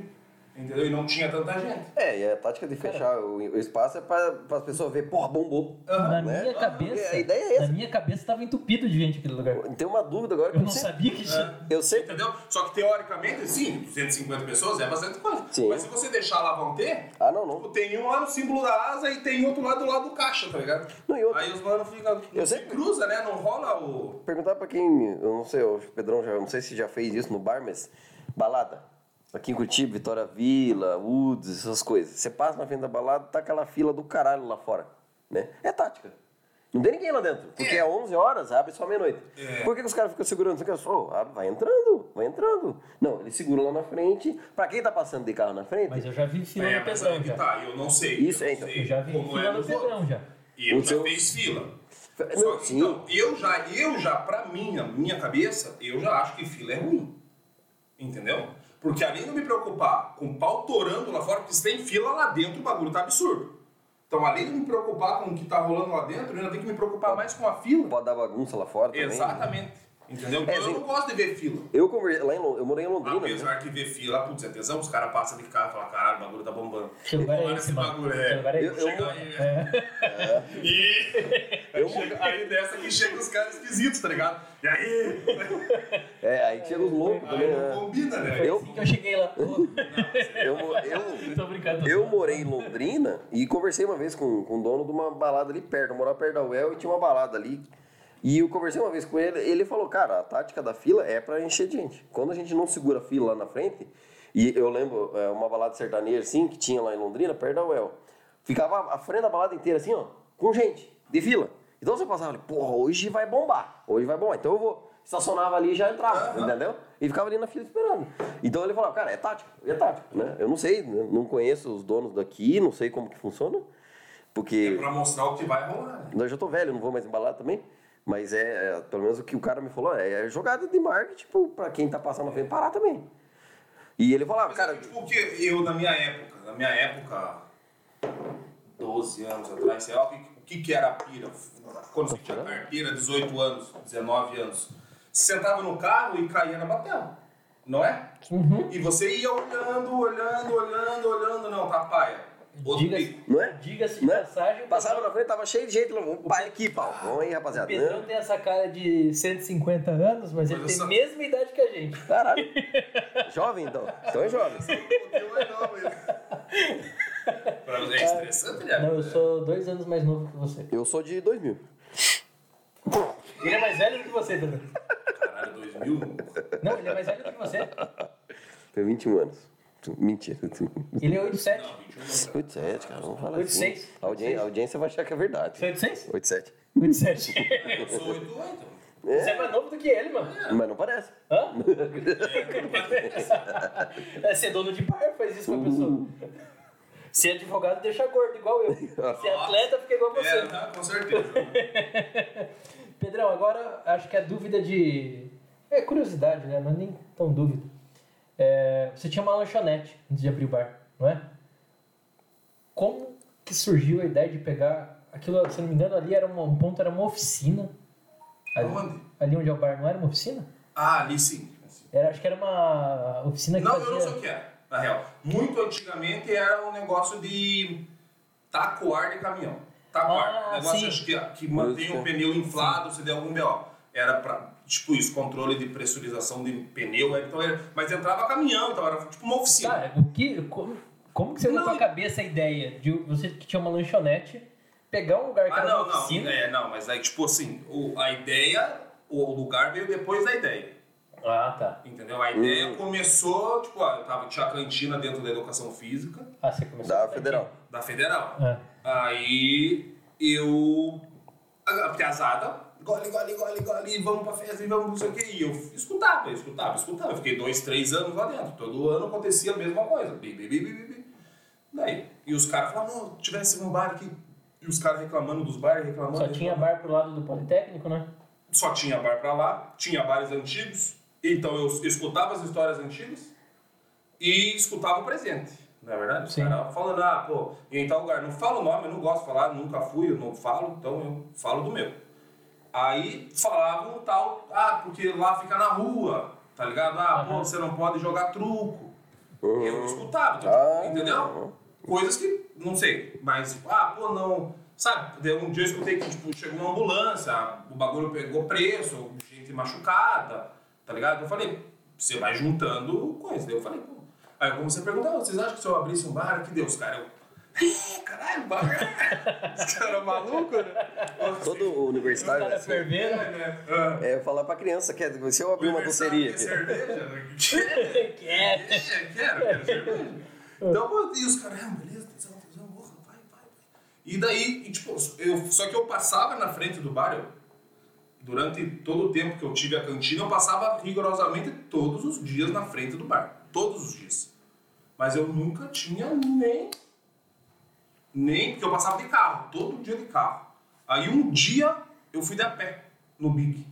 Speaker 1: entendeu? E não tinha tanta gente.
Speaker 3: É, e a tática de fechar o, o espaço é para as pessoas verem, porra, bombou.
Speaker 2: Na
Speaker 3: né?
Speaker 2: minha cabeça,
Speaker 3: A ideia é essa.
Speaker 2: na minha cabeça tava entupido de gente aquele lugar.
Speaker 3: Tem uma dúvida agora que
Speaker 2: Eu
Speaker 3: eu,
Speaker 2: não
Speaker 3: sempre,
Speaker 2: sabia que tinha.
Speaker 3: eu sempre.
Speaker 1: Entendeu? Só que teoricamente, sim, 250 pessoas é bastante coisa.
Speaker 3: Sim.
Speaker 1: Mas se você deixar lá, vão ter.
Speaker 3: Ah, não,
Speaker 1: Tipo,
Speaker 3: não.
Speaker 1: Tem um lá no símbolo da asa e tem outro lá do lado do caixa, tá ligado?
Speaker 3: Não, e outra.
Speaker 1: Aí os manos ficam. Não se
Speaker 3: sempre-
Speaker 1: cruza, né? Não rola o.
Speaker 3: Perguntar pra quem, eu não sei, o Pedrão já, eu não sei se já fez isso no bar, mas balada. Aqui em Curitiba, Vitória Vila, Woods, essas coisas. Você passa na frente da balada, tá aquela fila do caralho lá fora, né? É tática. Não tem ninguém lá dentro, porque
Speaker 1: É.
Speaker 3: é, 11 horas, abre só meia-noite.
Speaker 1: É.
Speaker 3: Por que, que os caras ficam segurando? Você quer só, "Oh, abre, vai entrando, vai entrando. Não, eles seguram lá na frente. Pra quem tá passando de carro na frente,
Speaker 2: Mas eu já vi fila
Speaker 1: É,
Speaker 2: no
Speaker 1: mas
Speaker 2: pedrão
Speaker 1: aí que
Speaker 2: já.
Speaker 1: tá, eu não sei.
Speaker 3: Isso,
Speaker 1: eu não
Speaker 3: é, então.
Speaker 1: sei
Speaker 2: Eu já vi
Speaker 1: como
Speaker 2: fila
Speaker 1: é
Speaker 2: no
Speaker 1: nos
Speaker 2: pedrão
Speaker 1: outros.
Speaker 2: já.
Speaker 1: E eu
Speaker 3: O
Speaker 1: já
Speaker 3: seu-
Speaker 1: fiz fila.
Speaker 3: não,
Speaker 1: Só que,
Speaker 3: sim.
Speaker 1: então, eu já, eu já, pra mim, a minha cabeça, eu já acho que fila é ruim. Entendeu? Porque além de eu me preocupar com o pau torando lá fora, porque se tem fila lá dentro, o bagulho tá absurdo. Então, além de me preocupar com o que tá rolando lá dentro, eu ainda tenho que me preocupar mais com a fila.
Speaker 3: pode dar bagunça lá fora também. né?
Speaker 1: Exatamente. Entendeu? Então,
Speaker 3: É,
Speaker 1: eu
Speaker 3: assim-
Speaker 1: não gosto de ver fila.
Speaker 3: Eu conversei, lá em Lon- eu morei em Londrina, né?
Speaker 1: Apesar que ver fila, putz, é tesão, os caras passam de carro e falam, caralho, o bagulho tá bombando.
Speaker 2: Que lugar é
Speaker 1: Olha
Speaker 2: esse,
Speaker 1: esse
Speaker 2: mano?
Speaker 1: bagulho,
Speaker 2: Que lugar é
Speaker 3: Eu-
Speaker 2: esse?
Speaker 1: Chega aí. E
Speaker 3: Eu-
Speaker 1: Chega- aí dessa que chega os caras esquisitos, tá ligado? E aí?
Speaker 3: É, aí chega os loucos também,
Speaker 1: Aí não
Speaker 3: né?
Speaker 1: combina, né?
Speaker 2: Foi
Speaker 3: eu-
Speaker 2: assim que eu cheguei lá.
Speaker 3: Eu, mo- eu,
Speaker 2: Tô brincando. tô
Speaker 3: eu
Speaker 2: zoando.
Speaker 3: morei em Londrina e conversei uma vez com, com o dono de uma balada ali perto. Eu morava perto da UEL e tinha uma balada ali. E eu conversei uma vez com ele, ele falou, cara, a tática da fila é pra encher de gente. Quando a gente não segura a fila lá na frente, e eu lembro é, uma balada sertaneja assim, que tinha lá em Londrina, perto da UEL. Ficava a frente da balada inteira assim, ó, com gente, de fila. Então você passava ali, porra, hoje vai bombar, hoje vai bombar, então eu vou. Estacionava ali e já entrava, entendeu? E ficava ali na fila esperando. Então ele falava, cara, é tática, é tática, né? Eu não sei, né? não conheço os donos daqui, não sei como que funciona, porque...
Speaker 1: É Pra mostrar o que vai rolar, né?
Speaker 3: Eu já tô velho, não vou mais embalar também. Mas é, é, pelo menos o que o cara me falou, é, é jogada de marketing tipo, pra quem tá passando na frente parar também. E ele falava,
Speaker 1: Mas,
Speaker 3: cara,
Speaker 1: tipo, o que eu, na minha época, na minha época, 12 anos atrás, sei lá, o que, o que que era a pira? Quando você tinha carteira, 18 anos, 19 anos. Você sentava no carro e caía na batel, não é? E você ia olhando, olhando, olhando, olhando, não, tá paia. Outro pico.
Speaker 2: Diga-se
Speaker 3: não é?
Speaker 2: diga-se de
Speaker 3: Não é?
Speaker 2: passagem, o
Speaker 3: Passava na frente, tava cheio de gente, lá, vamos pai aqui, pau. Vamos aí,
Speaker 2: O
Speaker 3: rapaziada.
Speaker 2: Pedrão
Speaker 3: né?
Speaker 2: tem essa cara de 150 anos, mas ele
Speaker 1: eu
Speaker 2: tem a
Speaker 1: sou-
Speaker 2: mesma idade que a gente.
Speaker 3: Caralho. jovem, então. Então é jovem.
Speaker 1: Eu não, mas- Pra você é estressante, né?
Speaker 2: Não, eu sou dois anos mais novo que você.
Speaker 3: Eu sou de 2000.
Speaker 2: Ele é mais velho do que você, Pedrão.
Speaker 1: Caralho, 2000?
Speaker 2: Não, ele é mais velho do que você.
Speaker 3: Tenho 21 anos. Mentira.
Speaker 2: Ele é 87.
Speaker 1: Não, 21 não.
Speaker 3: 87, cara, não fala
Speaker 2: 86.
Speaker 3: assim. A audiência, a audiência vai achar que é verdade.
Speaker 2: Você é 86?
Speaker 3: 87.
Speaker 2: 87.
Speaker 3: É?
Speaker 1: Eu sou 88.
Speaker 2: Você é mais novo do que ele, mano.
Speaker 3: Mas não parece.
Speaker 2: Hã? é ser dono de bar, faz isso com a pessoa. Ser advogado deixa gordo, igual eu. Ser atleta fica igual você.
Speaker 1: É, tá, com certeza.
Speaker 2: Pedrão, agora acho que é dúvida de. É curiosidade, né? Não é nem tão dúvida. É, você tinha uma lanchonete antes de abrir o bar, não é? Como que surgiu a ideia de pegar aquilo, se eu não me engano, ali era uma- um ponto, era uma oficina. Ali,
Speaker 1: Aonde?
Speaker 2: ali onde é o bar não era uma oficina?
Speaker 1: Ah, ali sim.
Speaker 2: Era, acho que era uma oficina que
Speaker 1: Não,
Speaker 2: fazia.
Speaker 1: eu não sei o que era, na real. Muito antigamente era um negócio de tacoar de caminhão. Tacoar.
Speaker 2: Ah, sim.
Speaker 1: negócio acho que, que mantém o
Speaker 3: Isso.
Speaker 1: pneu inflado se der algum B.O. Era pra, tipo isso, controle de pressurização de pneu. era- Então era, mas entrava caminhão, então era tipo uma oficina.
Speaker 2: Cara, o que, como, como que saiu na
Speaker 1: Não,
Speaker 2: tua
Speaker 1: e-
Speaker 2: cabeça a ideia de você que tinha uma lanchonete, pegar um lugar que
Speaker 1: Ah,
Speaker 2: era
Speaker 1: não,
Speaker 2: uma
Speaker 1: não.
Speaker 2: oficina?
Speaker 1: É, não, mas aí, tipo assim, o- a ideia, o lugar veio depois da ideia.
Speaker 2: Ah, tá.
Speaker 1: Entendeu? A ideia começou, tipo, ó, eu tava, tinha a cantina dentro da educação física
Speaker 2: Ah, você começou
Speaker 3: Da
Speaker 2: a-
Speaker 3: federal.
Speaker 1: da federal.
Speaker 2: É.
Speaker 1: Aí eu. A a piazada, gole, gole, gole, gole, vamos pra festa e vamos não sei o que. E eu escutava, eu escutava, eu escutava. Eu fiquei dois, três anos lá dentro. Todo ano acontecia a mesma coisa. Bi, bi, bi, bi, bi, bi. Daí. E os caras falavam, não, tivesse um bar aqui. E os caras reclamando dos bares, reclamando.
Speaker 2: Só tinha
Speaker 1: reclamando.
Speaker 2: bar pro lado do Politécnico, né?
Speaker 1: Só tinha bar pra lá, tinha bares antigos. Então eu escutava as histórias antigas e escutava o presente. Na verdade, os
Speaker 2: Sim.
Speaker 1: caras falando, ah, pô, e em tal lugar. Não falo o nome, eu não gosto de falar, nunca fui, eu não falo, então eu falo do meu. Aí falavam tal, ah, porque lá fica na rua, tá ligado? Ah, pô, você não pode jogar truco. Eu não escutava, então,
Speaker 3: Ah.
Speaker 1: entendeu? Coisas que, não sei, mas, ah, pô, não. Sabe, daí um dia eu escutei que tipo, chegou uma ambulância, o bagulho pegou preço, gente machucada, tá ligado? Eu falei, você vai juntando coisas. Daí eu falei, pô. Aí eu comecei a perguntar, vocês acham que se eu abrisse um bar, que Deus, cara? Eu, "Ih, caralho, bar. Os caras malucos, né?
Speaker 3: Todo universitário. né?
Speaker 2: Cara ferveiro.
Speaker 1: né? Ah.
Speaker 3: É falar pra criança que é- se eu abrir uma doceria.
Speaker 1: Aniversário, quer cerveja? né?
Speaker 2: Que é.
Speaker 1: É, quero, quero cerveja. Então, pô, e os caras, ah, beleza, tesão, tesão, porra, vai, vai, vai. E daí, e, tipo, eu, só que eu passava na frente do bar, eu, durante todo o tempo que eu tive a cantina, eu passava rigorosamente todos os dias na frente do bar. Todos os dias. Mas eu nunca tinha nem. Nem, porque eu passava de carro, todo dia de carro. Aí um dia eu fui de a pé no Big.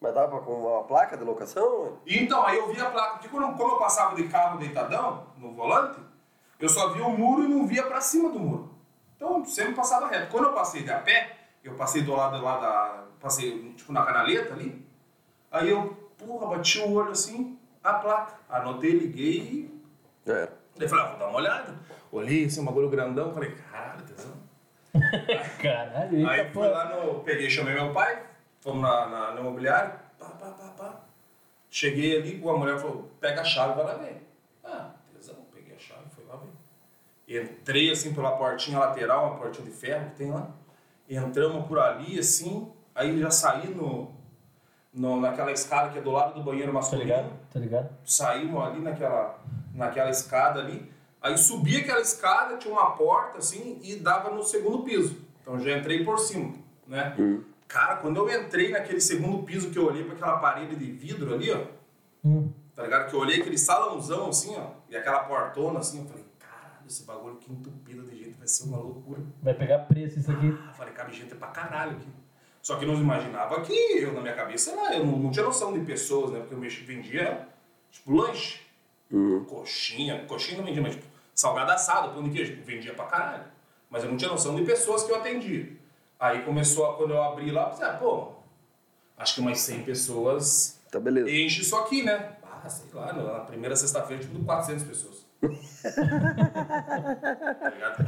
Speaker 3: Mas dava com uma placa de locação?
Speaker 1: E Então, aí eu vi a placa, porque quando, como eu passava de carro deitadão, no volante, eu só via o muro e não via pra cima do muro. Então, eu sempre passava reto. Quando eu passei de a pé, eu passei do lado lá da... Passei, tipo, na canaleta ali, Aí eu, porra, bati o olho assim, a placa. Anotei, liguei e.
Speaker 3: Já era.
Speaker 1: Daí falei, ah, vou dar uma olhada. Olhei assim, um bagulho grandão, falei, caralho, tesão.
Speaker 2: Caralho, eita
Speaker 1: Aí fui
Speaker 2: porra.
Speaker 1: lá no. Peguei, chamei meu pai, fomos na, na, no imobiliário, pá, pá, pá, pá. Cheguei ali, pô, a mulher falou, pega a chave, vai lá ver. Ah, tesão, peguei a chave, fui lá ver. Entrei assim pela portinha lateral, uma portinha de ferro que tem lá. Entramos por ali, assim, aí já saí no, no, naquela escada que é do lado do banheiro
Speaker 2: Tá
Speaker 1: masculino
Speaker 2: ligado? Tá ligado?
Speaker 1: saímos ali naquela, naquela escada ali. Aí subi aquela escada, tinha uma porta assim e dava no segundo piso. Então já entrei por cima, né? Cara, quando eu entrei naquele segundo piso que eu olhei para aquela parede de vidro ali, ó,
Speaker 2: Hum.
Speaker 1: tá ligado? Que eu olhei aquele salãozão assim, ó, e aquela portona assim, eu falei, caralho, esse bagulho que entupido de jeito vai ser uma loucura.
Speaker 2: Vai pegar preço isso aqui.
Speaker 1: Ah, falei, cabe gente pra caralho aqui. Só que eu não imaginava que eu, na minha cabeça, lá, eu não, não tinha noção de pessoas, né? Porque eu mexi- vendia, tipo, lanche. Coxinha, coxinha não vendia, mas tipo, salgado assado, pão de queijo, tipo, vendia pra caralho. Mas eu não tinha noção de pessoas que eu atendia. Aí começou, a, quando eu abri lá, eu pensei, ah, pô, acho que umas 100 pessoas
Speaker 3: Tá beleza.
Speaker 1: enche isso aqui, né? Ah, sei lá, na primeira sexta-feira, tipo, 400 pessoas. tá ligado?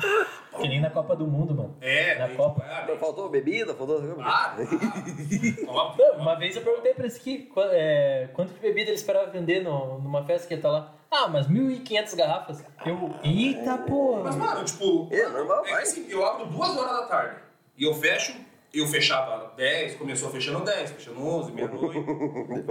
Speaker 2: Que nem na Copa do Mundo, mano.
Speaker 1: É,
Speaker 2: Na
Speaker 1: daí,
Speaker 2: Copa.
Speaker 1: ah, daí,
Speaker 3: Mas Faltou bebida? Faltou.
Speaker 1: ah, ah,
Speaker 2: Não, uma vez eu perguntei pra eles que, qua- é, quanto de bebida eles esperavam vender no- numa festa que ia estar lá. Ah, mas 1.500 garrafas. Eu, eita
Speaker 1: Mas,
Speaker 2: porra.
Speaker 1: mano, tipo.
Speaker 3: É, normal,
Speaker 1: é que
Speaker 3: vai.
Speaker 1: assim, eu abro duas horas da tarde. E eu fecho. Eu fechava 10, começou fechando 10, fechando 11, meia-noite.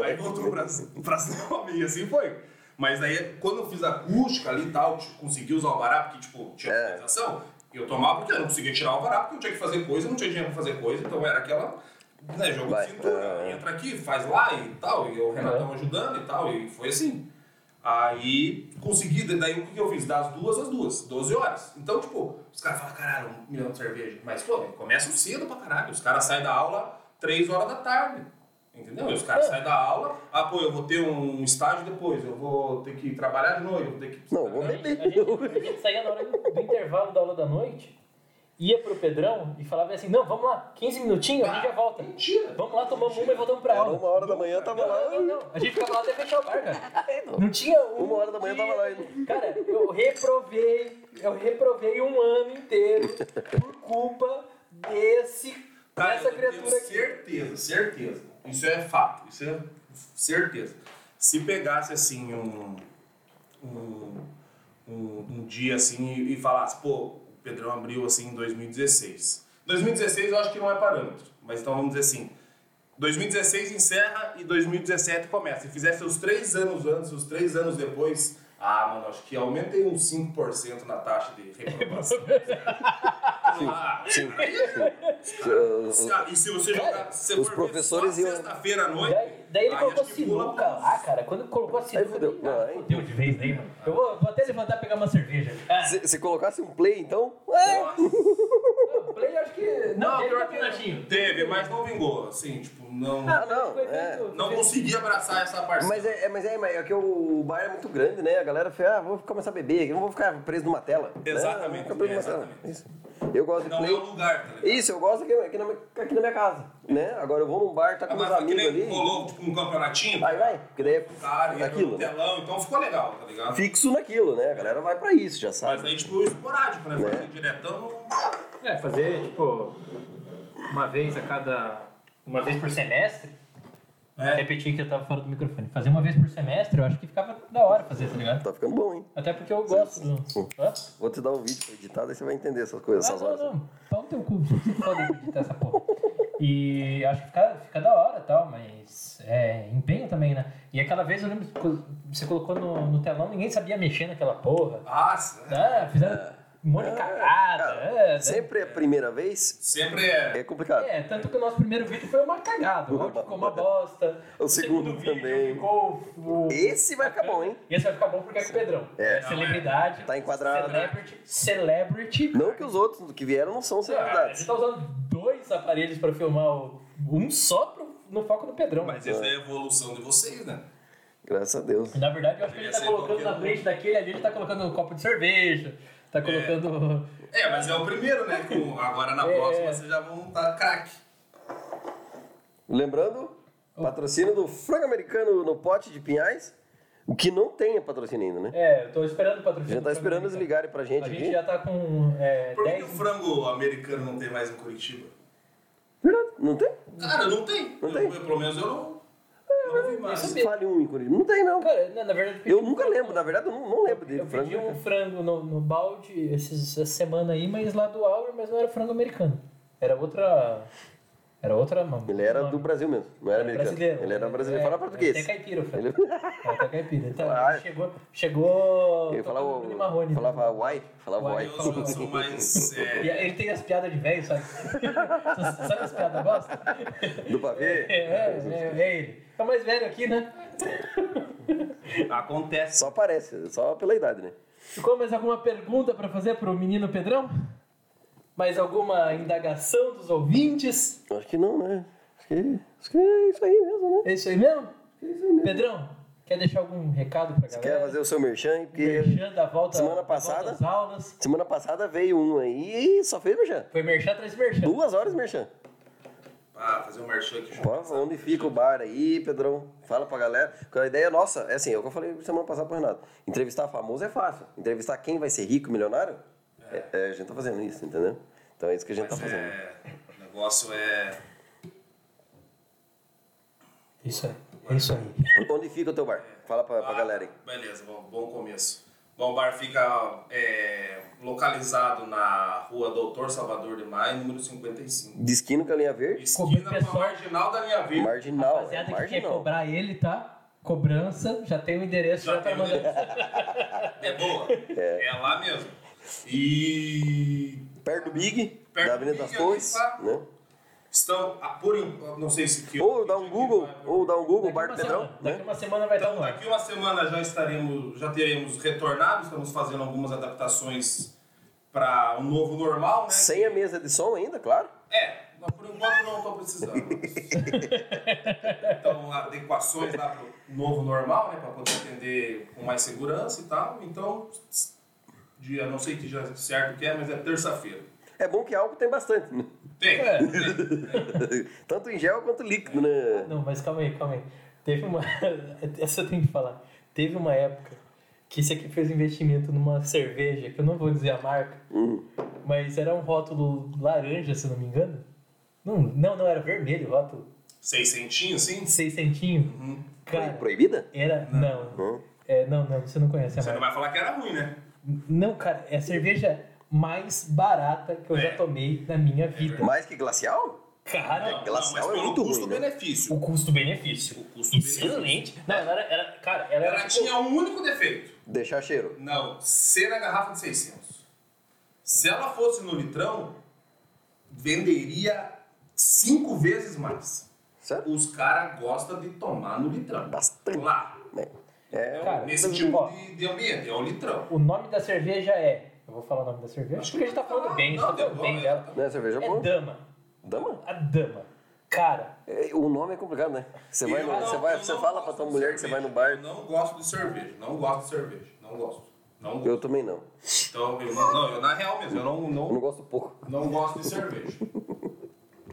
Speaker 1: aí voltou pras, pras 9 e assim foi. Mas daí, quando eu fiz a acústica ali e tal, tipo, consegui usar o alvará, porque, tipo, tinha
Speaker 3: É.
Speaker 1: organização, eu tomava porque eu não conseguia tirar o alvará, porque eu tinha que fazer coisa, não tinha dinheiro pra fazer coisa, então era aquela. Né, jogo
Speaker 3: Vai,
Speaker 1: de cintura,
Speaker 3: é.
Speaker 1: entra aqui, faz lá e tal, e o Renatão ajudando e tal, e foi assim. Aí consegui, daí o que que eu fiz? Das duas às duas, 12 horas. Então, tipo, os caras falam, caralho, um milhão de cerveja. Mas, pô, começa cedo pra caralho. Os caras saem da aula 3 horas da tarde. Entendeu? E os caras
Speaker 2: É.
Speaker 1: saem da aula, ah, pô, eu vou ter um estágio depois, eu vou ter que trabalhar de noite, eu vou ter que. Ah,
Speaker 3: Não, eu vou
Speaker 2: A gente, a gente- a gente saía na hora do, do intervalo da aula da noite, ia pro Pedrão e falava assim, não, vamos lá, 15 minutinhos, a gente já volta.
Speaker 1: Mentira!
Speaker 2: Vamos lá, tomamos uma e voltamos pra
Speaker 3: Era
Speaker 2: aula.
Speaker 3: uma hora da manhã, tava lá.
Speaker 2: Não, não, não. A gente ficava lá até fechar o bar, cara. Não tinha um.
Speaker 3: Uma hora da manhã
Speaker 2: dia-
Speaker 3: tava lá ainda.
Speaker 2: Cara, eu reprovei, eu reprovei um ano inteiro por culpa desse.
Speaker 1: Cara,
Speaker 2: dessa
Speaker 1: Tá, eu tenho
Speaker 2: criatura aqui.
Speaker 1: certeza, certeza. Isso é fato, isso é certeza. Se pegasse assim um. um, um, um dia assim e, e falasse, pô, o Pedrão abriu assim em 2016. 2016 eu acho que não é parâmetro, mas então vamos dizer assim. 2016 encerra e 2017 começa. Se fizesse os três anos antes, os três anos depois, ah, mano, acho que aumentei uns 5% na taxa de reprovação. ah, aí é se- ah, E se você jogar, se você
Speaker 3: os
Speaker 1: for
Speaker 3: professores
Speaker 1: ver só
Speaker 3: iam-
Speaker 1: Sexta-feira à noite.
Speaker 2: Daí, daí ele
Speaker 1: aí
Speaker 2: colocou
Speaker 1: acho que pula
Speaker 2: sinuca
Speaker 1: pra-
Speaker 2: lá, cara. Quando colocou a sinuca.
Speaker 3: fudeu.
Speaker 2: eu falei,
Speaker 3: Ah, aí-
Speaker 2: fudeu de vez, né, mano? Eu vou, vou até levantar e pegar uma cerveja. Ah,
Speaker 3: Se, se colocasse um play, então. É.
Speaker 2: o play, eu acho que. Não, teve
Speaker 1: pior
Speaker 2: um
Speaker 1: que
Speaker 2: campeonatinho.
Speaker 1: Teve, mas não vingou. Assim, tipo, não.
Speaker 3: Ah, não,
Speaker 2: Foi feito-
Speaker 3: é.
Speaker 2: foi
Speaker 1: Não
Speaker 2: feito-
Speaker 1: consegui abraçar essa parcela.
Speaker 3: Mas é, é- mas é, mas é que o bar é muito grande, né? A galera fala, ah, vou começar a beber, eu não vou ficar preso numa tela. né?
Speaker 1: Exatamente,
Speaker 3: Fica preso numa
Speaker 1: é, exatamente.
Speaker 3: tela. Isso. Eu gosto de
Speaker 1: Não é
Speaker 3: play.
Speaker 1: o lugar, tá ligado?
Speaker 3: Isso, eu gosto aqui, aqui na, minha- aqui na minha casa, né? Agora eu vou num bar, tá com meus
Speaker 1: Ah, Mas que
Speaker 3: amigos ali.
Speaker 1: nem rolou, tipo, um campeonatinho.
Speaker 3: Aí vai, porque daí é
Speaker 1: Cara, e era
Speaker 3: naquilo,
Speaker 1: um
Speaker 3: né?
Speaker 1: telão, então ficou legal, tá ligado?
Speaker 3: Fixo naquilo, né? A galera vai pra isso, já
Speaker 1: Mas
Speaker 3: sabe.
Speaker 1: aí, tipo, esporádico, né?
Speaker 3: Né?
Speaker 1: Fazer diretão não.
Speaker 2: É, fazer, tipo, uma vez a cada. Uma vez por semestre?
Speaker 1: É.
Speaker 2: Repetir que eu tava fora do microfone. Fazer uma vez por semestre, eu acho que ficava da hora fazer, tá ligado?
Speaker 3: Tá ficando bom, hein?
Speaker 2: Até porque eu gosto do. Hã?
Speaker 3: Vou te dar um vídeo pra editar, daí você vai entender essas coisas,
Speaker 2: Ah,
Speaker 3: essas
Speaker 2: não,
Speaker 3: horas.
Speaker 2: não. Pau no teu cu, você pode editar essa porra. E acho que fica, fica da hora e tal, mas é empenho também, né? E aquela vez eu lembro que você colocou no, no telão, ninguém sabia mexer naquela porra.
Speaker 1: Nossa, né?
Speaker 2: Ah, fizeram um monte de cagada. é, né?
Speaker 3: Sempre a primeira vez
Speaker 1: Sempre é.
Speaker 3: é complicado.
Speaker 2: É, tanto que o nosso primeiro vídeo foi uma cagada. O áudio ficou uma bosta.
Speaker 3: O segundo também.
Speaker 2: Ficou o...
Speaker 3: Esse vai ficar bom, hein?
Speaker 2: E esse vai ficar bom porque é com o Pedrão.
Speaker 3: É.
Speaker 2: Celebridade.
Speaker 3: Tá enquadrado.
Speaker 2: Celebrity. Celebrity.
Speaker 3: Não que os outros que vieram não são
Speaker 2: Ah, Ele
Speaker 3: celebridades.
Speaker 2: tá usando dois aparelhos pra filmar o- um só pro- no foco do Pedrão.
Speaker 1: Mas essa é a evolução de vocês, né?
Speaker 3: Graças a Deus.
Speaker 2: Na verdade, eu acho que ele
Speaker 1: Poderia
Speaker 2: tá
Speaker 1: ser
Speaker 2: colocando
Speaker 1: qualquer
Speaker 2: na
Speaker 1: um.
Speaker 2: frente daquele ali, ele tá colocando um copo de cerveja, tá colocando.
Speaker 1: É, mas é o primeiro, né? Com- Agora na
Speaker 2: É.
Speaker 1: tá próxima vocês já vão estar craque.
Speaker 3: Lembrando, Patrocínio do frango americano no pote de pinhais. O que não tem é patrocínio ainda, né?
Speaker 2: É, eu tô esperando o
Speaker 3: A
Speaker 2: patrocínio.
Speaker 3: gente tá
Speaker 2: do
Speaker 3: esperando eles
Speaker 2: Flamengo.
Speaker 3: ligarem pra gente
Speaker 2: A
Speaker 3: aqui.
Speaker 2: gente já tá com é,
Speaker 1: Por que, que o
Speaker 2: 10.
Speaker 1: frango americano não tem mais em Curitiba?
Speaker 3: Verdade, não tem?
Speaker 1: Cara, não tem.
Speaker 3: Não
Speaker 1: Eu-
Speaker 3: tem? É,
Speaker 1: eu- pelo menos eu não, não vi mais.
Speaker 2: sabia.
Speaker 3: Fale um em Curitiba. Não tem, não.
Speaker 2: Cara, na, na verdade,
Speaker 3: Eu
Speaker 2: pedi-
Speaker 3: nunca lembro, na verdade, eu não, não lembro dele.
Speaker 2: Eu
Speaker 3: frango né?
Speaker 2: pedi um
Speaker 3: americano.
Speaker 2: frango no, no balde esses, essa semana aí, mas lá do Auer, mas não era frango americano. Era outra. Era outra.
Speaker 3: Ele era do Brasil mesmo, não era americano.
Speaker 2: É Brasileiro.
Speaker 3: Ele era brasileiro.
Speaker 2: É,
Speaker 3: Fala português.
Speaker 2: Até caipira, eu
Speaker 3: Ele...
Speaker 2: falei. Até caipira. Então,
Speaker 3: Ah,
Speaker 2: ele chegou. Chegou.
Speaker 3: Eu falava,
Speaker 2: tocando Bruno Marrone, né?
Speaker 3: falava uai, falava uai.
Speaker 1: Eu sou, eu sou mais. é,
Speaker 2: E aí ele tem as piadas de velho, sabe? sabe as piadas bosta?
Speaker 3: Do pavê?
Speaker 2: É, é, é, é ele. É o mais velho aqui, né?
Speaker 1: Acontece.
Speaker 3: Só aparece, só pela idade, né?
Speaker 2: Ficou mais alguma pergunta pra fazer pro menino Pedrão? Mais alguma indagação dos ouvintes?
Speaker 3: Acho que não, né? Acho que, acho que é isso aí mesmo, né?
Speaker 2: É isso aí mesmo? Pedrão, quer deixar algum recado pra galera?
Speaker 3: Quer fazer o seu merchan? Porque
Speaker 2: É. Merchan da volta,
Speaker 3: semana
Speaker 2: da volta
Speaker 3: passada?
Speaker 2: às aulas.
Speaker 3: semana passada veio um aí e só fez merchan.
Speaker 2: Foi merchan atrás de merchan.
Speaker 3: Duas horas merchan.
Speaker 1: Ah, fazer um merchan aqui.
Speaker 3: Ó, Onde fica o bar aí, Pedrão? Fala pra galera. Porque a ideia nossa é assim, é o que eu falei semana passada pro Renato. Entrevistar famoso é fácil. Entrevistar quem vai ser rico, milionário, é- é, a gente tá fazendo isso, entendeu? Então é isso que a gente tá
Speaker 1: Mas
Speaker 3: fazendo.
Speaker 1: é, o negócio é.
Speaker 2: Isso aí. É isso aí.
Speaker 3: Onde fica o teu bar? Fala pra, pra
Speaker 1: Ah,
Speaker 3: galera aí.
Speaker 1: Beleza, bom, bom começo. Bom, o bar fica é, localizado na rua Doutor Salvador de Maia, número 55.
Speaker 3: De esquina com a linha verde,
Speaker 1: Esquina com a
Speaker 2: Pessoal-
Speaker 1: marginal da linha verde.
Speaker 3: marginal. É,
Speaker 2: Rapaziada que quer
Speaker 3: marginal.
Speaker 2: cobrar ele, tá? Cobrança, já tem o endereço, já,
Speaker 1: Já
Speaker 2: tá
Speaker 1: tem o
Speaker 2: mandando.
Speaker 1: É boa. É. lá mesmo. E
Speaker 3: Perto do Big,
Speaker 1: Perto
Speaker 3: da
Speaker 1: do
Speaker 3: Avenida
Speaker 1: Big,
Speaker 3: das
Speaker 1: ali,
Speaker 3: Torres,
Speaker 1: pá.
Speaker 3: né?
Speaker 1: estão, ah, por em- não sei se que
Speaker 3: Ou dá um Google, ou dá um Google,
Speaker 2: Daqui
Speaker 3: Bar
Speaker 2: uma
Speaker 3: do Pedrão,
Speaker 2: semana- Daqui
Speaker 3: né?
Speaker 2: uma semana vai estar
Speaker 1: Então,
Speaker 2: no ar.
Speaker 1: daqui uma semana já estaremos, já teremos retornado, estamos fazendo algumas adaptações para um novo normal, né?
Speaker 3: Sem a mesa de som ainda, claro.
Speaker 1: É, não, por enquanto não estou precisando. então, adequações lá pro novo normal, né? Para poder atender com mais segurança e tal. Então, dia, não sei que dia certo que é, mas é terça-feira.
Speaker 3: É bom que álcool tem bastante, né?
Speaker 1: Tem.
Speaker 2: É.
Speaker 3: Tanto em gel quanto líquido, né?
Speaker 2: Não, mas calma aí, calma aí. Teve uma. Essa eu tenho que falar. Teve uma época que esse aqui fez um investimento numa cerveja, que eu não vou dizer a marca, mas era um rótulo laranja, se eu não me engano. Não, não, não era vermelho o rótulo.
Speaker 1: Seiscentinho, sim?
Speaker 2: Seis centinho.
Speaker 1: Uhum.
Speaker 2: Cara,
Speaker 3: Proibida?
Speaker 2: era. Não.
Speaker 3: Hum.
Speaker 2: É, não, não, você não conhece a
Speaker 1: Você não
Speaker 2: marca.
Speaker 1: vai falar que era ruim, né?
Speaker 2: Não, cara, é a cerveja mais barata que eu já
Speaker 1: É.
Speaker 2: tomei na minha vida.
Speaker 3: Mais que glacial?
Speaker 2: Cara,
Speaker 1: Não, mas
Speaker 3: glacial é
Speaker 1: pelo
Speaker 3: muito ruim, né?
Speaker 1: custo-benefício.
Speaker 2: o custo-benefício.
Speaker 1: O custo-benefício.
Speaker 2: Excelente. Não, ela era, era- Cara, ela era.
Speaker 1: Ela
Speaker 2: tipo,
Speaker 1: tinha um único defeito.
Speaker 3: Deixar cheiro.
Speaker 1: Não, ser a garrafa de 600. Se ela fosse no litrão, venderia cinco vezes mais.
Speaker 3: Certo?
Speaker 1: Os caras gostam de tomar no litrão.
Speaker 3: Bastante.
Speaker 1: Lá.
Speaker 3: Né? É,
Speaker 2: Cara,
Speaker 1: Nesse
Speaker 2: mas,
Speaker 1: tipo
Speaker 2: ó,
Speaker 1: de, de ambiente, é o litrão.
Speaker 2: O nome da cerveja é. Eu vou falar o nome da cerveja porque a gente tá falando bem, a gente tá
Speaker 1: Não, deu
Speaker 2: falando bem
Speaker 1: bom,
Speaker 2: dela.
Speaker 3: né? Cerveja
Speaker 2: É
Speaker 3: boa.
Speaker 2: Dama.
Speaker 3: Dama?
Speaker 2: A Dama. Cara,
Speaker 3: É, O nome é complicado, né? Você vai,
Speaker 1: Eu
Speaker 3: no-
Speaker 1: não-
Speaker 3: você vai,
Speaker 1: eu
Speaker 3: você
Speaker 1: não
Speaker 3: fala
Speaker 1: gosto
Speaker 3: pra tua
Speaker 1: de
Speaker 3: mulher que você vai
Speaker 1: cerveja.
Speaker 3: no bar.
Speaker 1: Eu não gosto de cerveja, não gosto de cerveja, não gosto. Não gosto.
Speaker 3: Eu também não.
Speaker 1: Então, eu não, não, eu na real mesmo, eu não,
Speaker 3: Eu não
Speaker 1: não,
Speaker 3: gosto pouco.
Speaker 1: não gosto de cerveja.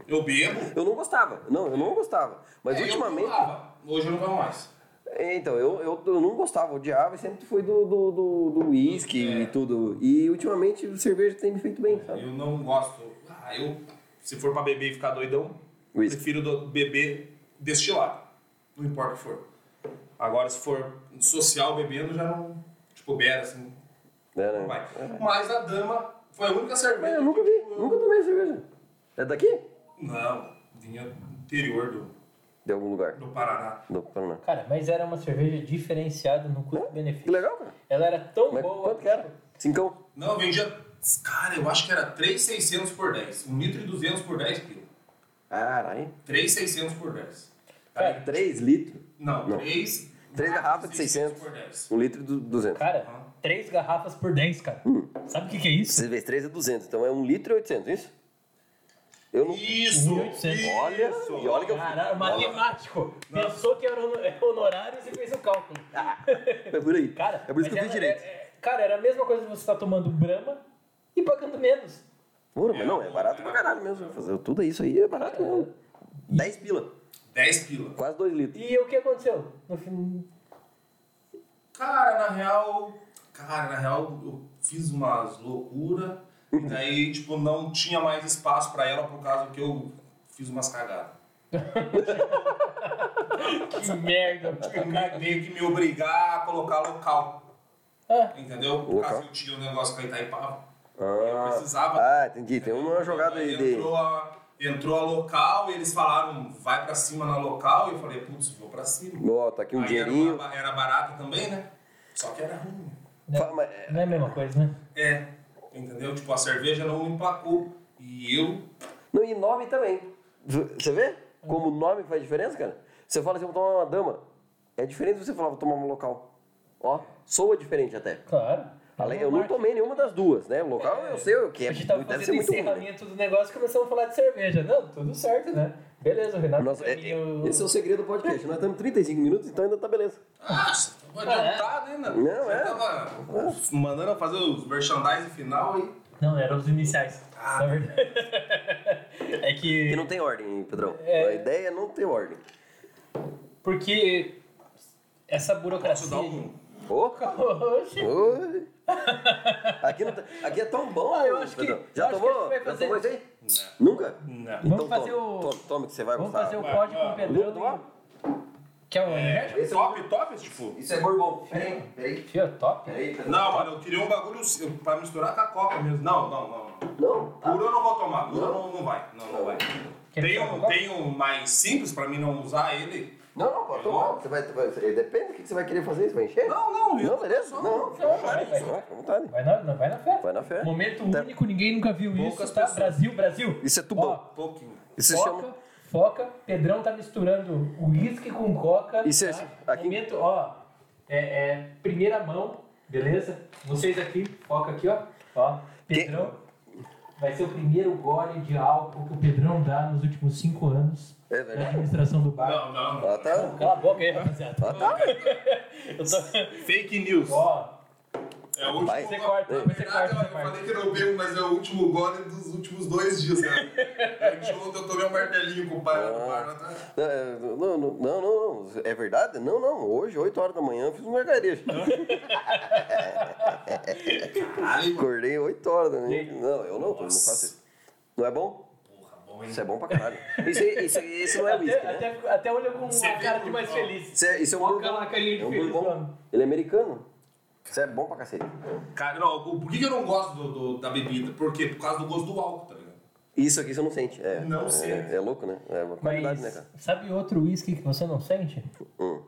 Speaker 1: Eu bebo,
Speaker 3: Eu não gostava. Não, eu não gostava. Mas
Speaker 1: é,
Speaker 3: ultimamente.
Speaker 1: eu tomava. Hoje eu não tomo mais.
Speaker 3: É, Então, eu, eu, eu não gostava, odiava e sempre fui do, do, do, do whisky
Speaker 1: É.
Speaker 3: e tudo. E ultimamente cerveja tem me feito bem, sabe?
Speaker 1: Eu não gosto. Ah, eu, se for pra beber e ficar doidão,
Speaker 3: Whisky.
Speaker 1: prefiro do- beber destilado. Não importa o que for. Agora, se for social bebendo, já não. Tipo, beira assim.
Speaker 3: É,
Speaker 1: Não
Speaker 3: né?
Speaker 1: vai. Mas a dama foi a única cerveja.
Speaker 3: Mas eu nunca
Speaker 1: que
Speaker 3: vi, nunca tomei cerveja. É daqui?
Speaker 1: Não, vinha do interior do,
Speaker 3: De algum lugar.
Speaker 1: do Paraná.
Speaker 3: Do Paraná.
Speaker 2: cara, mas era uma cerveja diferenciada no
Speaker 3: Que
Speaker 2: custo-benefício.
Speaker 3: legal, cara.
Speaker 2: Ela era tão
Speaker 3: Mas
Speaker 2: boa.
Speaker 3: quanto que era? Cincão.
Speaker 1: Não, vendia. Cara, eu acho que era 3,600 por 10. 1 litro e 200 por 10 pila.
Speaker 3: Caralho.
Speaker 1: 3,600 por 10.
Speaker 2: Cara,
Speaker 3: 3 litros.
Speaker 1: Não,
Speaker 3: É. Não.
Speaker 1: 3.
Speaker 3: Três garrafas de 600.
Speaker 1: por 10.
Speaker 3: 1 litro e du- 200.
Speaker 2: Cara, três garrafas por 10, cara.
Speaker 3: Hum.
Speaker 2: Sabe o que, que é isso?
Speaker 3: Você vê 3 é 200, então é 1 litro e 800, isso? Eu não...
Speaker 1: Isso!
Speaker 2: 1.800.
Speaker 1: isso.
Speaker 3: Olha, e olha que eu...
Speaker 2: Caralho, é matemático. Pensou que era hono- é honorários e fez o cálculo.
Speaker 3: É por aí.
Speaker 2: Cara,
Speaker 3: é por isso
Speaker 2: mas
Speaker 3: que eu fiz
Speaker 2: ela-
Speaker 3: direito.
Speaker 2: é- é- cara, era a mesma coisa que você tá tomando Brahma e pagando menos.
Speaker 3: Porra, mas não, é barato pra caralho mesmo. Fazer tudo isso aí é barato mesmo. 10 pila.
Speaker 1: 10 pila.
Speaker 3: Quase 2 litros.
Speaker 2: E o que aconteceu? No fim...
Speaker 1: Cara, na real. Cara, na real, eu fiz umas loucuras. E
Speaker 3: Uhum.
Speaker 1: daí, tipo, não tinha mais espaço pra ela por causa que eu fiz umas cagadas.
Speaker 2: Que merda.
Speaker 1: Tipo, me- meio que me obrigar a colocar local.
Speaker 2: Ah.
Speaker 1: Entendeu? Por
Speaker 3: Local?
Speaker 1: causa que eu tinha um negócio com a Itaipava.
Speaker 3: Ah,
Speaker 1: eu precisava.
Speaker 3: ah, entendi. Tem uma jogada aí de.
Speaker 1: Entrou a, entrou a local, eles falaram, vai pra cima na local. E eu falei, putz, vou pra cima.
Speaker 3: Ó, tá aqui um
Speaker 1: Aí
Speaker 3: dinheirinho.
Speaker 1: Era, uma- era barata também, né? Só que era ruim.
Speaker 2: Né?
Speaker 3: Fala, mas-
Speaker 2: Não é a mesma coisa, né?
Speaker 1: É, entendeu? Tipo, a cerveja não emplacou. E eu,
Speaker 3: Não, e nome também. Você vê como o nome faz diferença, cara? Você fala assim, vou tomar uma dama. É diferente do que você falar, vou tomar um local. Ó, soa diferente até.
Speaker 2: Claro. é
Speaker 3: Além, eu não tomei nenhuma das duas, né? O local eu sei o que é.
Speaker 2: A gente tava
Speaker 3: Deve
Speaker 2: fazendo
Speaker 3: ser muito ruim, né?
Speaker 2: encerramento do negócio e começamos a falar de cerveja. Não, tudo certo, né? Beleza, o Renato. tá
Speaker 3: Nossa,
Speaker 2: pra
Speaker 3: é-
Speaker 2: mim, o-
Speaker 3: é o segredo do podcast. Nós estamos 35 minutos, então ainda tá beleza.
Speaker 1: Nossa, tava
Speaker 2: é.
Speaker 1: adiantado ainda.
Speaker 3: Não,
Speaker 1: Você
Speaker 3: é.
Speaker 1: tava mandando eu fazer os merchandising final aí.
Speaker 2: Não, eram os iniciais.
Speaker 1: Ah.
Speaker 2: na verdade. é que.
Speaker 3: Porque não tem ordem, Pedrão.
Speaker 2: É.
Speaker 3: A ideia é não ter ordem.
Speaker 2: Porque essa burocracia.
Speaker 1: Posso dar
Speaker 2: Assim.
Speaker 1: um.
Speaker 3: Ô,
Speaker 2: Oxi.
Speaker 3: Oi. Aqui, não tá- aqui é tão bom,
Speaker 2: Ah, eu acho que-
Speaker 3: Pedrão.
Speaker 2: eu
Speaker 3: Já
Speaker 2: acho que a gente
Speaker 3: tomou?
Speaker 2: vai
Speaker 3: Já
Speaker 2: fazer-
Speaker 3: tomou isso aí?
Speaker 1: Não.
Speaker 3: Nunca?
Speaker 1: Não.
Speaker 2: Vamos
Speaker 3: Então
Speaker 2: fazer
Speaker 3: tome,
Speaker 2: o-
Speaker 3: Tome, tome que você vai
Speaker 2: Vamos
Speaker 3: gostar.
Speaker 2: fazer o
Speaker 1: Vai,
Speaker 2: código com o
Speaker 1: vai.
Speaker 3: Vamos
Speaker 2: Pedrão.
Speaker 3: tomar?
Speaker 2: Que é o energético?
Speaker 3: Esse é
Speaker 1: Top, top esse tipo?
Speaker 3: Isso é bourbon. Peraí, peraí.
Speaker 2: Fio, top.
Speaker 3: Peraí, Pedrão.
Speaker 1: Não, mano, eu queria um bagulho eu- pra misturar com a coca mesmo. Não, não, não. não.
Speaker 3: Não. tá.
Speaker 1: Puro eu não vou tomar, puro não, não vai. Não, não vai.
Speaker 2: Quer
Speaker 1: Tem
Speaker 2: misturar com
Speaker 1: um,
Speaker 2: coca?
Speaker 1: tem um mais simples pra mim não usar ele?
Speaker 3: Não, não, pode tomar. Você vai, vai- depende do que você vai querer fazer. Você vai encher?
Speaker 1: Não, não, eu-
Speaker 3: Não, beleza? Não, não,
Speaker 2: vai, vai.
Speaker 3: Vai, fica à vontade.
Speaker 2: Vai na, vai na fé.
Speaker 3: Vai na fé.
Speaker 2: Momento
Speaker 3: Tá.
Speaker 2: único, ninguém nunca viu
Speaker 1: Poucas
Speaker 2: isso, tá?
Speaker 1: pessoas.
Speaker 2: Brasil, Brasil.
Speaker 3: Isso é tubão.
Speaker 2: Ó,
Speaker 1: Pouquinho.
Speaker 3: Isso se
Speaker 2: foca,
Speaker 3: chama...
Speaker 2: foca. Pedrão tá misturando uísque com coca.
Speaker 3: Isso é-
Speaker 2: tá?
Speaker 3: aqui-
Speaker 2: Momento, ó. É, é primeira mão, beleza? Vocês aqui, foca aqui, ó. Ó, Pedrão. Vai ser o primeiro gole de álcool que o Pedrão dá nos últimos cinco anos
Speaker 3: É
Speaker 2: da
Speaker 3: verdade.
Speaker 2: administração do bar.
Speaker 1: Não, não, não.
Speaker 3: Ah, tá.
Speaker 2: Cala a boca aí, rapaziada.
Speaker 3: Ah, tá.
Speaker 2: Eu tô...
Speaker 1: Fake news.
Speaker 2: Ó,
Speaker 1: É o último.
Speaker 3: Vai.
Speaker 2: Você corta,
Speaker 1: Na
Speaker 2: você
Speaker 1: verdade, eu,
Speaker 2: corta essa
Speaker 1: eu
Speaker 2: parte.
Speaker 1: falei que não bebo, mas é o último gole dos últimos dois dias, né? É que ontem eu tomei um martelinho com o pai lá no bar, né? tá?
Speaker 3: É, Não, não, não, não, não. É verdade? Não, não. Hoje, 8 horas da manhã, eu fiz uma gargarejo.
Speaker 1: Caralho,
Speaker 3: Acordei 8 horas da manhã.
Speaker 2: E aí?
Speaker 3: Não, eu não, eu não faço isso. Não é bom?
Speaker 1: porra, bom, hein?
Speaker 3: Isso é bom pra caralho. Isso, é- isso, é- isso não é
Speaker 2: Até,
Speaker 3: whisky, né?
Speaker 2: até, até olha com
Speaker 1: Você
Speaker 2: uma
Speaker 1: vê
Speaker 2: cara
Speaker 1: o
Speaker 2: de mais
Speaker 1: bourbon.
Speaker 2: feliz.
Speaker 3: Isso é, isso é um
Speaker 2: Foca
Speaker 3: bourbon.
Speaker 2: lá, carinha de
Speaker 3: É um
Speaker 2: feliz,
Speaker 3: bourbon.
Speaker 2: mano.
Speaker 3: Ele é americano. Isso é bom pra cacete.
Speaker 1: Cara, não, o- por que que eu não gosto do- do- da bebida? Por quê? Por causa do gosto do álcool, tá ligado?
Speaker 3: Isso aqui você não sente. É,
Speaker 1: Não
Speaker 3: é,
Speaker 1: sente.
Speaker 3: É louco, né? É uma qualidade, né, cara?
Speaker 2: Mas sabe outro whisky que você não sente?
Speaker 3: Hum.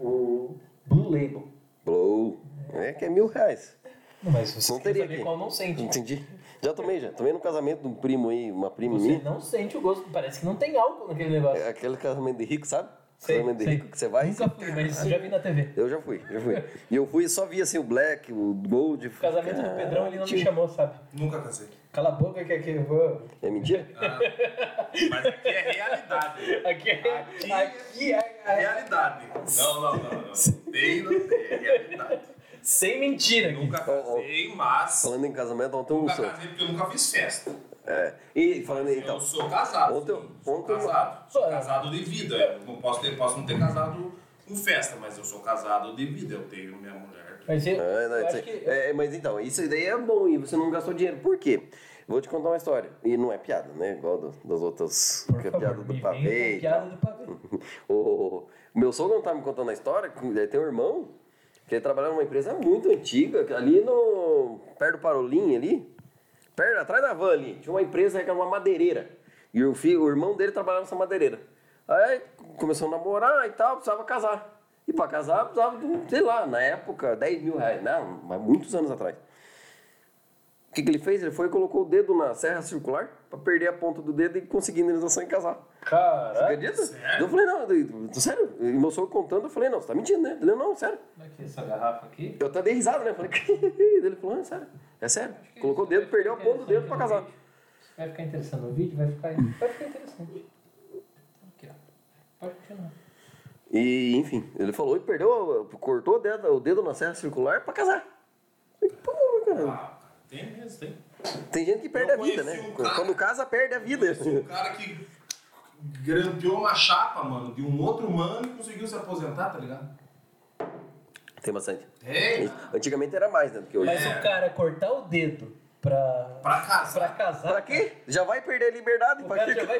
Speaker 2: O Blue Label.
Speaker 3: Blow. É que é mil reais.
Speaker 2: Não, mas você
Speaker 3: Não
Speaker 2: quer
Speaker 3: teria
Speaker 2: saber
Speaker 3: aqui.
Speaker 2: qual não sente.
Speaker 3: Entendi. Já tomei, já. Tomei no casamento de um primo aí, uma prima
Speaker 2: Você
Speaker 3: minha.
Speaker 2: não sente o gosto. Parece que não tem álcool naquele negócio.
Speaker 3: É Aquele casamento de rico, sabe?
Speaker 2: Sei,
Speaker 3: casamento de
Speaker 2: sei.
Speaker 3: rico que você vai.
Speaker 2: Nunca fui, mas já vi na TV.
Speaker 3: Eu já fui, já fui. E eu fui e só vi assim o Black, o Gold.
Speaker 2: O casamento do Pedrão, ele não me chamou, sabe?
Speaker 1: Nunca casei.
Speaker 2: Cala a boca que aqui eu vou...
Speaker 3: É mentira?
Speaker 1: Mas aqui é realidade.
Speaker 2: Aqui, aqui,
Speaker 1: Aqui-
Speaker 2: aqui é- é-
Speaker 1: Realidade. Não, não, não. não. Não Tem, não tem. É realidade.
Speaker 2: Sem mentira. aqui.
Speaker 1: Nunca casei, mas...
Speaker 3: Falando em casamento, ontem eu
Speaker 1: Nunca
Speaker 3: sou.
Speaker 1: casei porque eu nunca fiz festa.
Speaker 3: É. E falando em- então.
Speaker 1: Eu sou casado.
Speaker 3: Ontem-
Speaker 1: sim. sou
Speaker 3: ontem-
Speaker 1: casado. Sou
Speaker 2: Ah.
Speaker 1: casado de vida. Eu não posso, ter, posso não ter casado com festa, mas eu sou casado de vida. Eu tenho minha mulher.
Speaker 2: Mas eu,
Speaker 3: É, não,
Speaker 2: eu acho
Speaker 3: isso aí-
Speaker 2: que...
Speaker 3: é, mas então, isso daí é bom e você não gastou dinheiro. Por quê? Vou te contar uma história. E não é piada, né? Igual do- das outras.
Speaker 2: Por
Speaker 3: que é
Speaker 2: favor,
Speaker 3: piada do
Speaker 2: me
Speaker 3: pavê.
Speaker 2: venha
Speaker 3: e
Speaker 2: com a
Speaker 3: tal.
Speaker 2: piada do pavê.
Speaker 3: o, o- o meu sogro não tá me contando a história, que ele tem um irmão, que ele trabalhava numa empresa muito antiga, que ali no. perto do Parolim ali. Perto, atrás da van ali. Tinha uma empresa que era uma madeireira. E o, filho, o irmão dele trabalhava nessa madeireira. Aí começou a namorar e tal, precisava casar. E pra casar precisava de, um, sei lá, na época, 10 mil reais. Não, mas muitos anos atrás. O que, que ele fez? Ele foi e colocou o dedo na serra circular pra perder a ponta do dedo e conseguir indenização e casar. Você
Speaker 2: Caraca.
Speaker 3: acredita?
Speaker 1: Sério?
Speaker 3: Eu falei, não, eu- eu- sério? E meu sogro contando, eu falei, não, você tá mentindo, né? Ele falou, não, sério.
Speaker 2: Aqui, é essa garrafa aqui.
Speaker 3: Eu até dei risada, né? Eu falei, ele falou, não, é sério. É sério. Colocou o dedo, perdeu a ponta do dedo pra casar.
Speaker 2: Vai ficar interessante no vídeo, vai ficar, vai ficar interessante. Aqui, ó. Pode continuar.
Speaker 3: E, enfim, ele falou e perdeu, cortou o dedo, o dedo na serra circular pra casar. Eu falei, Pô, cara.
Speaker 1: Ah, cara, tem mesmo, tem.
Speaker 3: Tem gente que perde
Speaker 1: Eu
Speaker 3: a vida,
Speaker 1: conheci
Speaker 3: né?
Speaker 1: um cara-
Speaker 3: Quando casa, perde a vida.
Speaker 1: O cara que grampeou uma chapa, mano, de um outro mano e conseguiu se aposentar, tá ligado?
Speaker 3: Tem bastante.
Speaker 1: Tem.
Speaker 3: Antigamente era mais, né? Do que hoje.
Speaker 2: Mas o cara cortar o dedo pra,
Speaker 1: Pra casa.
Speaker 2: pra casar.
Speaker 3: Pra quê? Já vai perder a liberdade?
Speaker 2: ah, O
Speaker 3: Pra
Speaker 2: cara
Speaker 3: quê?
Speaker 2: já vai.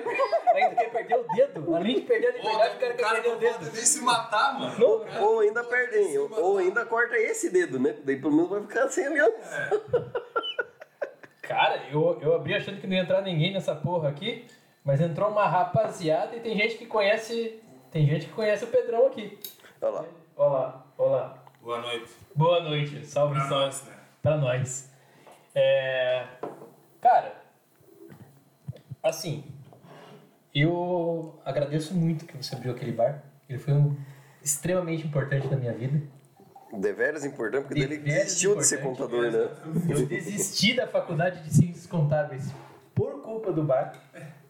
Speaker 2: Ainda quer perder o dedo. Além de perder a
Speaker 1: Pô,
Speaker 2: liberdade, é o cara quer perder o
Speaker 1: não pode
Speaker 2: dedo.
Speaker 1: nem se matar, mano.
Speaker 2: Não,
Speaker 1: O cara
Speaker 3: Ou ainda
Speaker 1: não pode
Speaker 3: perde,
Speaker 1: nem se
Speaker 3: hein? ou,
Speaker 1: matar.
Speaker 3: ou ainda corta esse dedo, né? Daí pelo menos vai ficar sem anos.
Speaker 2: Cara, eu, eu abri achando que não ia entrar ninguém nessa porra aqui, mas entrou uma rapaziada e tem gente que conhece. Tem gente que conhece o Pedrão aqui.
Speaker 3: Olha lá.
Speaker 2: Olá, olá.
Speaker 1: Boa noite.
Speaker 2: Boa noite. Salve,
Speaker 1: Pra
Speaker 2: salve.
Speaker 1: nós, né?
Speaker 2: Pra nós. É, Cara, assim, eu agradeço muito que você abriu aquele bar. Ele foi um extremamente importante na minha vida.
Speaker 3: Deveras importante, porque daí ele
Speaker 2: Deveras
Speaker 3: desistiu de ser
Speaker 2: importante,
Speaker 3: contador, né?
Speaker 2: Eu desisti da faculdade de ciências contábeis por culpa do bar,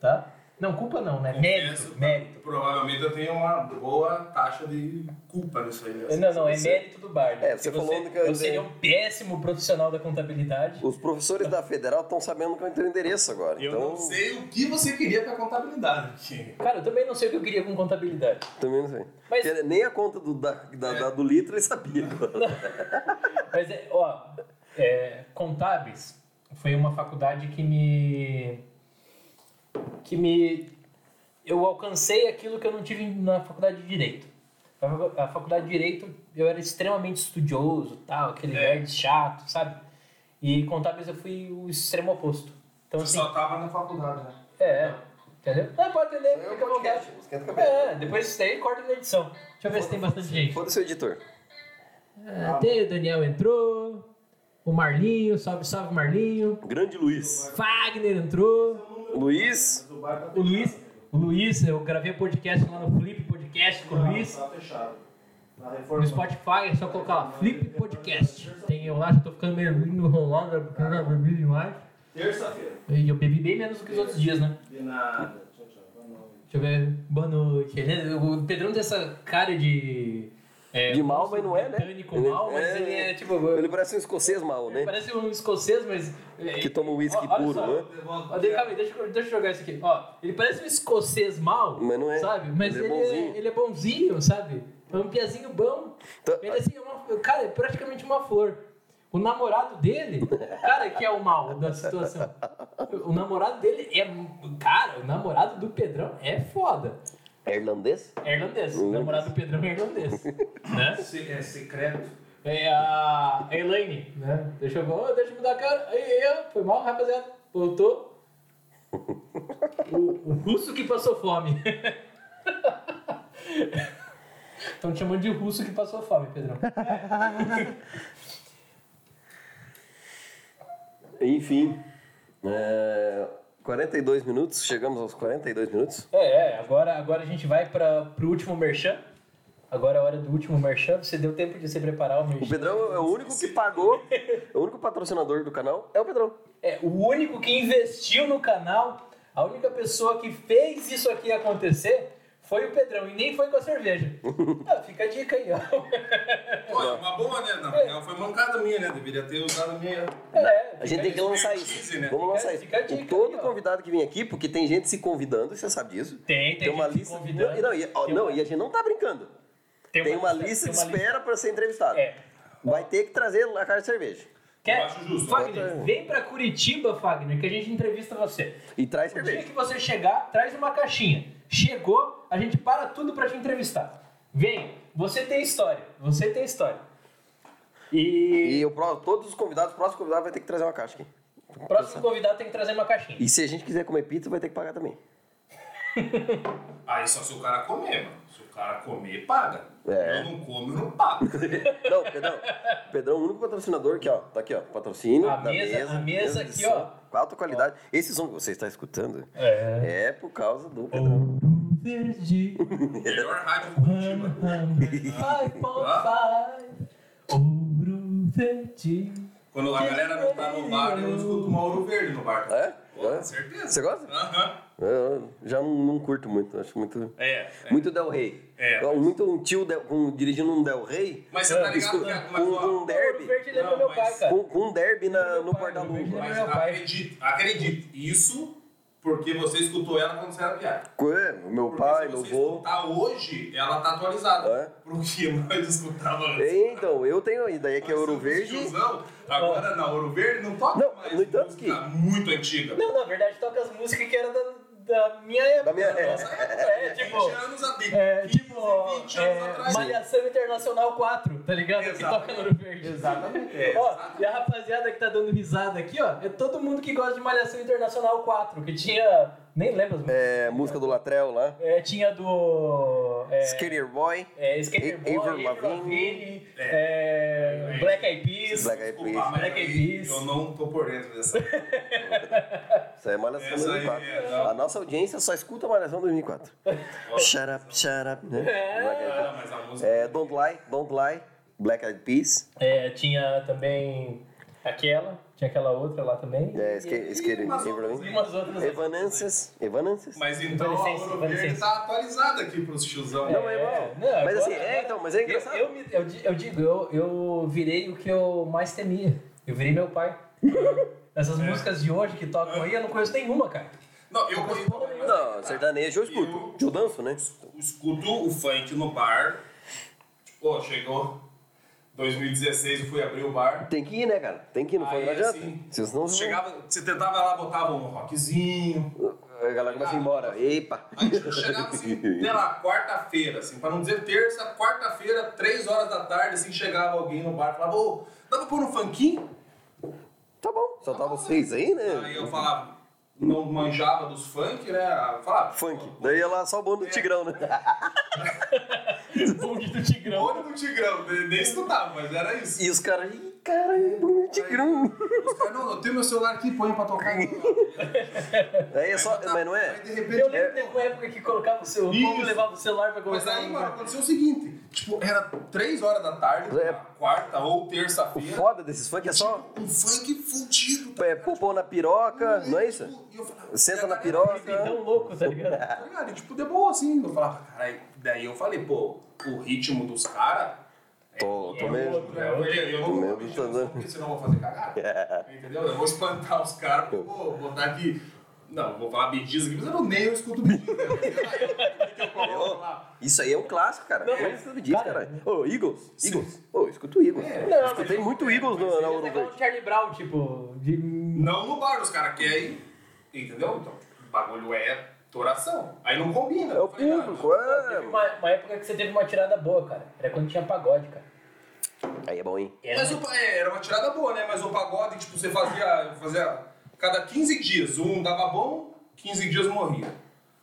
Speaker 2: tá? Não, culpa não, né?
Speaker 1: Confesso,
Speaker 2: Mérito, mérito.
Speaker 1: Provavelmente eu tenho uma boa taxa de culpa nisso aí. assim.
Speaker 2: Não, não, é mérito do bar. né?
Speaker 3: É, você
Speaker 2: Porque
Speaker 3: falou
Speaker 2: você,
Speaker 3: que eu-
Speaker 2: eu seria um péssimo profissional da contabilidade.
Speaker 3: Os professores da federal estão sabendo que é o teu endereço agora.
Speaker 1: Eu
Speaker 3: então,
Speaker 1: não sei o que você queria pra contabilidade. porque-
Speaker 2: Cara, eu também não sei o que eu queria com contabilidade.
Speaker 3: também não sei.
Speaker 2: Mas-
Speaker 3: Porque Nem a conta do, da, da-
Speaker 1: É.
Speaker 3: da- do litro ele sabia.
Speaker 2: Mas, é, ó, é, contábeis foi uma faculdade que me. que me. Eu alcancei aquilo que eu não tive na faculdade de direito. A facu- A faculdade de direito eu era extremamente estudioso, tal, aquele
Speaker 1: É.
Speaker 2: nerd chato, sabe? E contábeis eu fui o extremo oposto. Então,
Speaker 1: Você
Speaker 2: assim,
Speaker 1: só tava na faculdade, né?
Speaker 2: é, entendeu? Ah, pode entender,
Speaker 3: Isso aí é um
Speaker 2: fica à vontade.
Speaker 3: podcast, esquenta a cabeça.
Speaker 2: É, depois isso daí corta na edição. Deixa eu ver se tem bastante gente.
Speaker 3: Foda-se o editor.
Speaker 2: Ah, Até o Daniel entrou. O Marlinho, salve, salve Marlinho.
Speaker 3: Grande Luiz.
Speaker 2: Fagner entrou.
Speaker 3: Luiz,
Speaker 1: O bar tá
Speaker 2: O Luiz, o Luiz, eu gravei podcast lá no Flip Podcast com o Luiz.
Speaker 1: Tá fechado. Tá
Speaker 2: No
Speaker 1: reformado.
Speaker 2: Spotify é só colocar lá, Flip Podcast. Tem eu lá, já tô ficando meio lindo rolando, porque eu já bebi demais.
Speaker 1: Terça-feira.
Speaker 2: E eu bebi bem menos do que os outros dias, né?
Speaker 1: De nada. Tchau, tchau. Boa noite.
Speaker 2: Deixa eu ver. Boa noite. Ele- é, O Pedrão tem essa cara de. é,
Speaker 3: de mal, mas não é, né?
Speaker 2: britânico mal, mas ele é tipo.
Speaker 3: Ele parece um escocês mal, né?
Speaker 2: Parece um escocês, mas.
Speaker 3: Que toma uísque
Speaker 2: Ó, olha
Speaker 3: puro,
Speaker 2: só.
Speaker 3: né?
Speaker 2: Ó, de- calma aí, deixa, eu- deixa eu jogar isso aqui. Ó, ele parece um escocês mal,
Speaker 3: Mas não é.
Speaker 2: sabe? Mas
Speaker 3: Ele
Speaker 2: ele,
Speaker 3: é bonzinho.
Speaker 2: é, ele é bonzinho, sabe? É um piazinho bom.
Speaker 3: Tá.
Speaker 2: Ele assim, é uma, cara, é praticamente uma flor. O namorado dele, cara, que é o mal da situação. O namorado dele é. Cara, o namorado do Pedrão é foda.
Speaker 3: É irlandês?
Speaker 2: É irlandês. O
Speaker 3: Irlandês.
Speaker 2: namorado do Pedrão é irlandês. né?
Speaker 1: Se- É secreto.
Speaker 2: É a a Elaine, né? Deixa eu, oh, deixa eu mudar a cara. Aí, aí, ó, foi mal, rapaziada. Voltou. O, o russo que passou fome. Estão te chamando de russo que passou fome, Pedrão.
Speaker 3: Enfim. é, 42 minutos, chegamos aos 42 minutos.
Speaker 2: É, é agora, agora a gente vai para pro último merchan. Agora é a hora do último merchan. Você deu tempo de se preparar o merchan.
Speaker 3: O Pedrão é o único que pagou, é o único patrocinador do canal é o Pedrão.
Speaker 2: É, o único que investiu no canal, a única pessoa que fez isso aqui acontecer foi o Pedrão, e nem foi com a cerveja. ah, fica a dica aí, ó.
Speaker 1: Pô, é uma boa, né? Na real, foi mancada minha, né? Deveria ter usado a minha.
Speaker 2: É,
Speaker 3: A gente tem que lançar isso.
Speaker 1: expertise, né?
Speaker 3: Vamos lançar isso.
Speaker 2: Fica a dica
Speaker 3: O todo
Speaker 2: aí, ó.
Speaker 3: convidado que vem aqui, porque tem gente se convidando, você sabe disso.
Speaker 2: Tem, tem
Speaker 3: uma
Speaker 2: gente
Speaker 3: lista.
Speaker 2: convidando.
Speaker 3: Não, e não, e, ó,
Speaker 2: Tem
Speaker 3: não,
Speaker 2: uma-
Speaker 3: e a gente não tá brincando. Tem, uma, lista
Speaker 2: tem
Speaker 3: de
Speaker 2: uma lista.
Speaker 3: espera para ser entrevistado.
Speaker 2: É.
Speaker 3: Vai ter que trazer a cara de cerveja.
Speaker 1: Eu
Speaker 2: Quer?
Speaker 1: acho justo.
Speaker 2: Fagner,
Speaker 3: Bota-
Speaker 2: vem pra Curitiba, Fagner, que a gente entrevista você.
Speaker 3: E traz
Speaker 2: O dia
Speaker 3: cerveja.
Speaker 2: que você chegar, traz uma caixinha. Chegou, a gente para tudo pra te entrevistar. Vem, você tem história, você tem história. E,
Speaker 3: E o pró- todos os convidados, o próximo convidado vai ter que trazer uma caixa aqui.
Speaker 2: o próximo convidado tem que trazer uma caixinha.
Speaker 3: E se a gente quiser comer pizza, vai ter que pagar também.
Speaker 1: Aí só se o cara comer, mano. Se o cara comer, paga.
Speaker 3: É.
Speaker 1: Eu não como, eu não pago.
Speaker 3: Não, Pedrão. Pedrão, o único patrocinador que, ó, tá aqui, ó. Patrocínio.
Speaker 2: A
Speaker 3: da
Speaker 2: mesa- a mesa
Speaker 3: de
Speaker 2: aqui,
Speaker 3: som,
Speaker 2: ó.
Speaker 3: com Alta qualidade. Esse som que você está escutando
Speaker 2: É.
Speaker 3: é por causa do Pedrão.
Speaker 2: Ouro verde,
Speaker 1: Melhor rádio Curitiba.
Speaker 2: 105.5, ouro verde.
Speaker 1: Quando a galera não tá no bar, eu escuto Mauro Verde no bar.
Speaker 3: É?
Speaker 1: Pô,
Speaker 3: É?
Speaker 1: Com certeza.
Speaker 3: Você gosta?
Speaker 1: Aham.
Speaker 3: Eu já não, não curto muito, acho muito.
Speaker 1: É. é.
Speaker 3: Muito Del Rey.
Speaker 1: É,
Speaker 3: Ó, Muito um tio Del- um- dirigindo um Del Rey.
Speaker 1: Mas você tá ligado
Speaker 3: escuta,
Speaker 1: que a-
Speaker 3: com,
Speaker 1: mas,
Speaker 3: com
Speaker 1: ó,
Speaker 3: um
Speaker 2: Ouro
Speaker 3: derby.
Speaker 2: verde lembra
Speaker 1: Não,
Speaker 2: meu pai,
Speaker 1: mas-
Speaker 2: cara.
Speaker 3: Com, com um derby na- no
Speaker 2: Meu pai,
Speaker 3: porta
Speaker 2: meu
Speaker 3: luva
Speaker 2: pai.
Speaker 1: Mas
Speaker 2: meu pai.
Speaker 1: acredito, acredito. Isso Porque você escutou ela quando você era piada.
Speaker 3: Ué, é, meu
Speaker 1: Porque
Speaker 3: pai,
Speaker 1: se
Speaker 3: meu
Speaker 1: você
Speaker 3: avô.
Speaker 1: escutar hoje, ela tá atualizada.
Speaker 3: É?
Speaker 1: Porque nós escutava antes.
Speaker 3: Então, eu tenho ainda. Daí é que é Ouro
Speaker 1: Mas
Speaker 3: Verde.
Speaker 1: tiozão, Agora na Ouro Verde não toca
Speaker 3: Não,
Speaker 1: mais
Speaker 3: no entanto
Speaker 1: música
Speaker 3: que-
Speaker 1: muito antiga.
Speaker 2: Não, na verdade toca as músicas que eram da, da minha época.
Speaker 3: minha
Speaker 2: da nossa época. É, tipo.
Speaker 1: 20 anos a-
Speaker 2: É,
Speaker 1: 15,
Speaker 2: tipo.
Speaker 1: 20 anos
Speaker 2: É,
Speaker 1: atrás.
Speaker 2: Malhação Internacional 4, tá ligado? Que
Speaker 1: Exato.
Speaker 2: toca no Ouro Verde.
Speaker 4: Exatamente.
Speaker 1: É,
Speaker 2: Ó,
Speaker 1: exato.
Speaker 2: e a rapaziada que tá dando risada aqui, ó, é todo mundo que gosta de Malhação Internacional 4, que tinha. Nem lembro as músicas.
Speaker 3: É, música do Latrell lá.
Speaker 2: É, tinha do. É,
Speaker 3: Skater Boy.
Speaker 2: é, Skater
Speaker 3: A-
Speaker 2: Boy,
Speaker 3: Avril
Speaker 2: Avril
Speaker 3: Lavigne.
Speaker 2: Lavigne, é,
Speaker 1: É.
Speaker 2: Black Eyed Peas.
Speaker 3: Black Eyed
Speaker 1: Desculpa,
Speaker 3: Peas.
Speaker 1: mas
Speaker 2: Black Eyed
Speaker 1: aí
Speaker 2: Peas.
Speaker 1: Eu não tô por dentro dessa.
Speaker 3: Isso aí é Malhação
Speaker 1: Essa aí
Speaker 3: 2004.
Speaker 1: é, não.
Speaker 3: A nossa audiência só escuta Malhação 2004. shut up, shut up, né?
Speaker 1: Ah, mas a música.
Speaker 3: É, don't Lie, Don't Lie, Black Eyed Peas.
Speaker 2: É, tinha também aquela, tinha aquela outra lá também.
Speaker 3: É, né? Skater, Skater
Speaker 1: umas
Speaker 3: Avril
Speaker 1: outras
Speaker 2: E
Speaker 3: Lavigne.
Speaker 2: umas outras.
Speaker 3: Evanescence. Evanescence.
Speaker 1: Mas então a
Speaker 2: Adolescência,
Speaker 1: Ouro Verde
Speaker 2: adolescência.
Speaker 1: tá atualizada aqui pros tiozão.
Speaker 3: Não, é igual.
Speaker 2: não, agora-
Speaker 3: mas assim, é, então, mas é
Speaker 2: Eu-
Speaker 3: engraçado.
Speaker 2: Eu, me- eu, di- eu digo, eu, eu virei o que eu mais temia. Eu virei meu pai. Essas músicas de hoje que tocam aí, eu não conheço nenhuma, cara.
Speaker 1: Não, eu conheço.
Speaker 3: Não, sertanejo eu escuto. Eu danço, né?
Speaker 1: escuto o funk no bar. Pô, chegou 2016, eu fui abrir o bar.
Speaker 3: Tem que ir, né, cara? Tem que ir, não foi
Speaker 1: Aí,
Speaker 3: não adianta.
Speaker 1: assim,
Speaker 3: Se não, você
Speaker 1: Chegava, você tentava lá, botava um rockzinho.
Speaker 3: a galera começa a ir embora. Epa!
Speaker 1: Aí tipo, chegava assim, pela quarta-feira, assim, pra não dizer terça, quarta-feira, três horas da tarde, assim, chegava alguém no bar e falava, ô, dá pra pôr um funkinho?
Speaker 3: Tá bom, só tá vocês aí,
Speaker 1: Aí eu
Speaker 3: né?
Speaker 1: falava, não manjava dos funk, né? Eu Falava,
Speaker 3: Funk. Daí é lá só o bonde do Tigrão, né?
Speaker 2: Bonde do Tigrão.
Speaker 1: Olho do Tigrão, nem nem escutava, mas era isso.
Speaker 3: E os caras, ih, caralho, bonde do Tigrão.
Speaker 1: Os caras, não, eu tenho meu celular aqui, põe pra tocar.
Speaker 3: Daí é só. Mas não
Speaker 1: Aí, tá-
Speaker 3: é?
Speaker 1: de repente,
Speaker 2: Eu lembro de uma época que colocava o seu. O povo
Speaker 1: Isso.
Speaker 2: levava o celular pra
Speaker 1: Mas
Speaker 2: começar
Speaker 1: aí, mano, aconteceu o seguinte: tipo, era 3 horas da tarde,
Speaker 3: É.
Speaker 1: na quarta ou
Speaker 3: O
Speaker 1: terça-feira,
Speaker 3: foda desses funk é só.
Speaker 1: um funk fudido. tipo,
Speaker 3: É popô na piroca, não é isso?
Speaker 1: E eu falava,
Speaker 3: Senta na
Speaker 1: "Caralho,
Speaker 3: piroca.
Speaker 2: Tão louco, tá ligado?
Speaker 3: É,
Speaker 1: Tá ligado? E, tipo, de boa assim. Eu falava, caralho. Daí eu falei, pô, o ritmo dos caras.
Speaker 3: Tô, tô
Speaker 2: É
Speaker 3: mesmo.
Speaker 1: Eu, eu não vou
Speaker 3: mesmo,
Speaker 1: mexer
Speaker 3: tô
Speaker 1: nisso,
Speaker 3: dando.
Speaker 1: porque senão eu vou fazer
Speaker 3: É.
Speaker 1: cagada. Entendeu? Eu vou espantar os caras, porque eu vou botar aqui. Não, vou falar Bidiz aqui, mas eu não nem eu escuto Bidiz. né? Eu- eu coloco lá.
Speaker 3: Isso aí é um clássico, cara.
Speaker 2: Não,
Speaker 3: Eu
Speaker 2: mas-
Speaker 3: escuto disso,
Speaker 2: cara-
Speaker 3: caralho. Ô, Eagles. Eagles. Ô, eu escuto Eagles.
Speaker 1: É.
Speaker 3: Eu escutei muito Eagles no- na Ouro
Speaker 2: Legal
Speaker 3: Verde.
Speaker 2: o Charlie Brown, tipo. De...
Speaker 1: Não no bar, os caras querem. Entendeu? Então, o bagulho é toração. Aí não combina.
Speaker 3: É o
Speaker 1: Eu falei, ah, cara,
Speaker 3: público, é.
Speaker 2: Teve uma, uma época que você teve uma tirada boa, cara. Era quando tinha pagode, cara.
Speaker 3: Aí é bom, hein?
Speaker 2: Era
Speaker 1: Mas o, pa- é, era uma tirada boa, né? Mas o pagode, tipo, você fazia, fazia cada 15 dias. Um dava bom, 15 dias morria.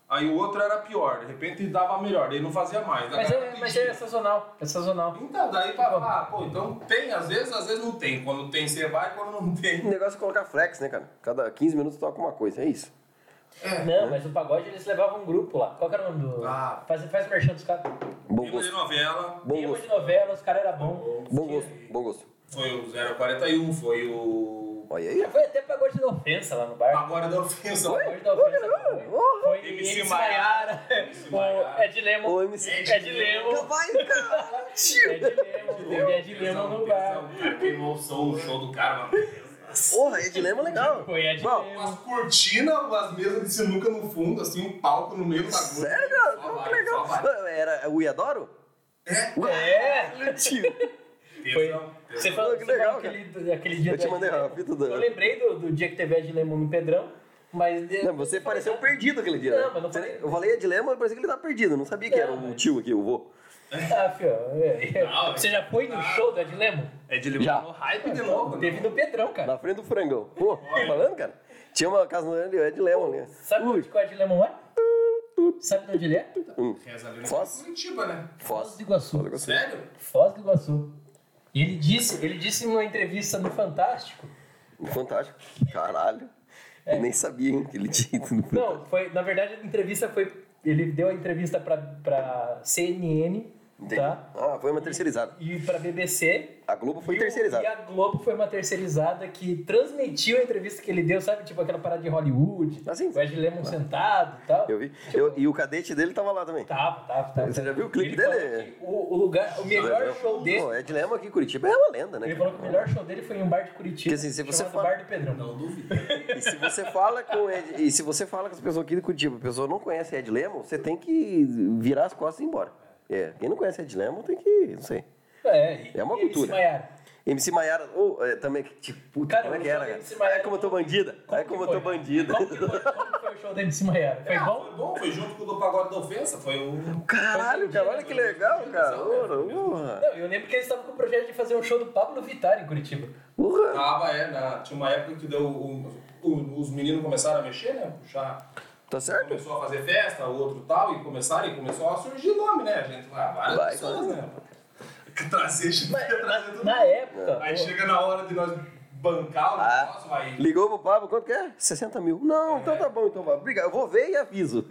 Speaker 1: Aí o outro era pior, de repente dava melhor, daí não fazia mais.
Speaker 2: Mas
Speaker 1: Daí
Speaker 2: é, mas é sazonal, é sazonal.
Speaker 1: Então, daí fala, ah, pô, então tem, às vezes, às vezes não tem. Quando tem, você vai, quando não tem.
Speaker 3: O negócio é colocar flex, né, cara? Cada 15 minutos toca uma coisa, é isso.
Speaker 2: Não, mas o pagode eles levavam um grupo lá. Qual que era o nome do.
Speaker 1: Ah.
Speaker 2: Faz, faz merchan dos caras.
Speaker 3: Bom
Speaker 1: Tema de
Speaker 3: gosto.
Speaker 1: novela,
Speaker 3: Bom
Speaker 2: Tema de
Speaker 3: gosto.
Speaker 2: novela, os caras eram bons.
Speaker 3: Bom gosto. Bom gosto.
Speaker 1: foi o 041, foi o.
Speaker 3: Olha aí.
Speaker 2: Foi até pagode da ofensa lá no bar.
Speaker 1: Agora da ofensa.
Speaker 2: Pagode da ofensa.
Speaker 3: Oi?
Speaker 2: Foi
Speaker 1: MC
Speaker 2: MC
Speaker 1: Maiara.
Speaker 2: Maiara,
Speaker 1: MC
Speaker 2: o
Speaker 1: Maiara.
Speaker 2: Ed Lemon.
Speaker 3: Ô, MC.
Speaker 2: Ed Lemon.
Speaker 3: Vai, cara.
Speaker 2: Ed Lemon. O Ed Lemon no bar.
Speaker 1: Cara, Queimou o um som, o show do cara, mano.
Speaker 3: Porra, Ed Lema é legal.
Speaker 2: Foi Ed
Speaker 3: Bom,
Speaker 2: Lemon.
Speaker 1: Umas cortinas, umas mesas de sinuca no fundo, assim, um palco no meio da agulha.
Speaker 3: Sério, cara?
Speaker 1: Só
Speaker 3: Pô,
Speaker 1: vai,
Speaker 3: Que legal.
Speaker 1: só vai.
Speaker 3: Era o Iadoro?
Speaker 2: É.
Speaker 3: Caralho, tio.
Speaker 2: Foi.
Speaker 1: Tesão,
Speaker 2: Você
Speaker 1: tesão.
Speaker 2: falou,
Speaker 3: Que
Speaker 2: você
Speaker 3: legal,
Speaker 2: falou aquele, aquele dia
Speaker 3: Eu te
Speaker 2: do Ed
Speaker 3: mandei
Speaker 2: Lemon.
Speaker 3: uma fita do-
Speaker 2: Eu lembrei do, do dia que teve Ed Lemon no Pedrão, mas.
Speaker 3: Não, você pareceu um perdido aquele dia.
Speaker 2: Não,
Speaker 3: né?
Speaker 2: mas não falei.
Speaker 3: Eu falei Ed Lema, parecia que ele tava perdido. Eu Não sabia que
Speaker 2: Não,
Speaker 3: era um
Speaker 2: mas-
Speaker 3: tio aqui, o vô.
Speaker 2: Ah, fio. é, é.
Speaker 1: Não,
Speaker 2: Você já foi no
Speaker 1: tá.
Speaker 2: show do Ed Lemon?
Speaker 1: É de
Speaker 3: Já.
Speaker 1: levar no hype de novo. né?
Speaker 2: Teve no Pedrão, cara.
Speaker 3: Na frente do frangão. Pô, tá falando, cara? Tinha uma casa no Ed Ed Lema, né?
Speaker 2: Sabe
Speaker 3: Ui,
Speaker 2: onde que o Ed Lemon é? Sabe de onde ele é?
Speaker 1: Reza ali
Speaker 3: Foz?
Speaker 1: no Curitiba, né?
Speaker 3: Foz.
Speaker 2: do Iguaçu.
Speaker 1: Sério?
Speaker 2: Foz do Iguaçu. E ele disse, ele disse numa entrevista no Fantástico.
Speaker 3: Fantástico. Caralho. Eu nem sabia, hein, que ele tinha ido no
Speaker 2: Não, foi, na verdade a entrevista foi ele deu a entrevista pra, pra CNN
Speaker 3: Entendi.
Speaker 2: Tá.
Speaker 3: Ah, foi uma terceirizada.
Speaker 2: E pra BBC.
Speaker 3: A Globo foi
Speaker 2: e o-
Speaker 3: terceirizada.
Speaker 2: E a Globo foi uma terceirizada que transmitiu a entrevista que ele deu, sabe? Tipo aquela parada de Hollywood.
Speaker 3: Ah, sim.
Speaker 2: O Ed Lemon sentado e tal.
Speaker 3: Eu vi.
Speaker 2: Tipo,
Speaker 3: Eu- e o cadete dele tava lá também.
Speaker 2: Tava, tava, tava.
Speaker 3: Você já viu o clipe
Speaker 2: Ele
Speaker 3: dele?
Speaker 2: falou que O, o lugar, o melhor
Speaker 3: Pô,
Speaker 2: show dele.
Speaker 3: é dilema aqui em Curitiba é uma lenda, né?
Speaker 2: Ele
Speaker 3: cara?
Speaker 2: falou que o melhor show dele foi em um bar de Curitiba.
Speaker 3: Porque, assim, se você
Speaker 2: chamado
Speaker 3: fala-
Speaker 2: Bar do Pedrão.
Speaker 1: Não duvido.
Speaker 2: É
Speaker 3: E se você fala com Ed- e se você fala com as pessoas aqui de Curitiba, a pessoa não conhece Ed Lemon, você tem que virar as costas e ir embora. É, quem não conhece Ed Lemon tem que, não sei.
Speaker 2: É, e-
Speaker 3: É uma
Speaker 2: e eles
Speaker 3: cultura.
Speaker 2: se maiaram.
Speaker 3: MC Maiara, ou é, também que tipo, puta,
Speaker 2: Cara,
Speaker 3: como é
Speaker 2: eu
Speaker 3: que
Speaker 2: sou
Speaker 3: era,
Speaker 2: da
Speaker 3: cara?
Speaker 2: MC Maiara.
Speaker 3: Ai, como eu tô bandida. Ai, como, eu tô É
Speaker 2: que foi?
Speaker 3: bandida.
Speaker 2: Como que foi, como que foi o show da MC Maiara? Foi
Speaker 1: Ah,
Speaker 2: bom?
Speaker 1: Foi bom, foi junto com o do Pagode da Ofensa. Foi um.
Speaker 3: Caralho, cara, olha que legal, cara. Urra,
Speaker 2: Não, eu lembro que eles estavam com o projeto de fazer um show do Pablo Vittar em Curitiba.
Speaker 3: urra.
Speaker 1: Tava, é, na- tinha uma época que deu. o- o- os meninos começaram a mexer, né? Puxar.
Speaker 3: Tá certo?
Speaker 1: Começou a fazer festa, o outro tal, e começaram e começou a surgir nome, né? A gente lá, várias
Speaker 3: Vai,
Speaker 1: pessoas,
Speaker 3: vai.
Speaker 1: né? Trazer, trazer tudo.
Speaker 2: Na época,
Speaker 3: É.
Speaker 1: Aí
Speaker 2: o-
Speaker 1: chega na hora de nós bancar o
Speaker 3: Ah.
Speaker 1: negócio, aí.
Speaker 3: Ligou pro Pablo, quanto que é? 60 mil. Não, então tá bom, então Pablo. Obrigado, eu vou ver e aviso.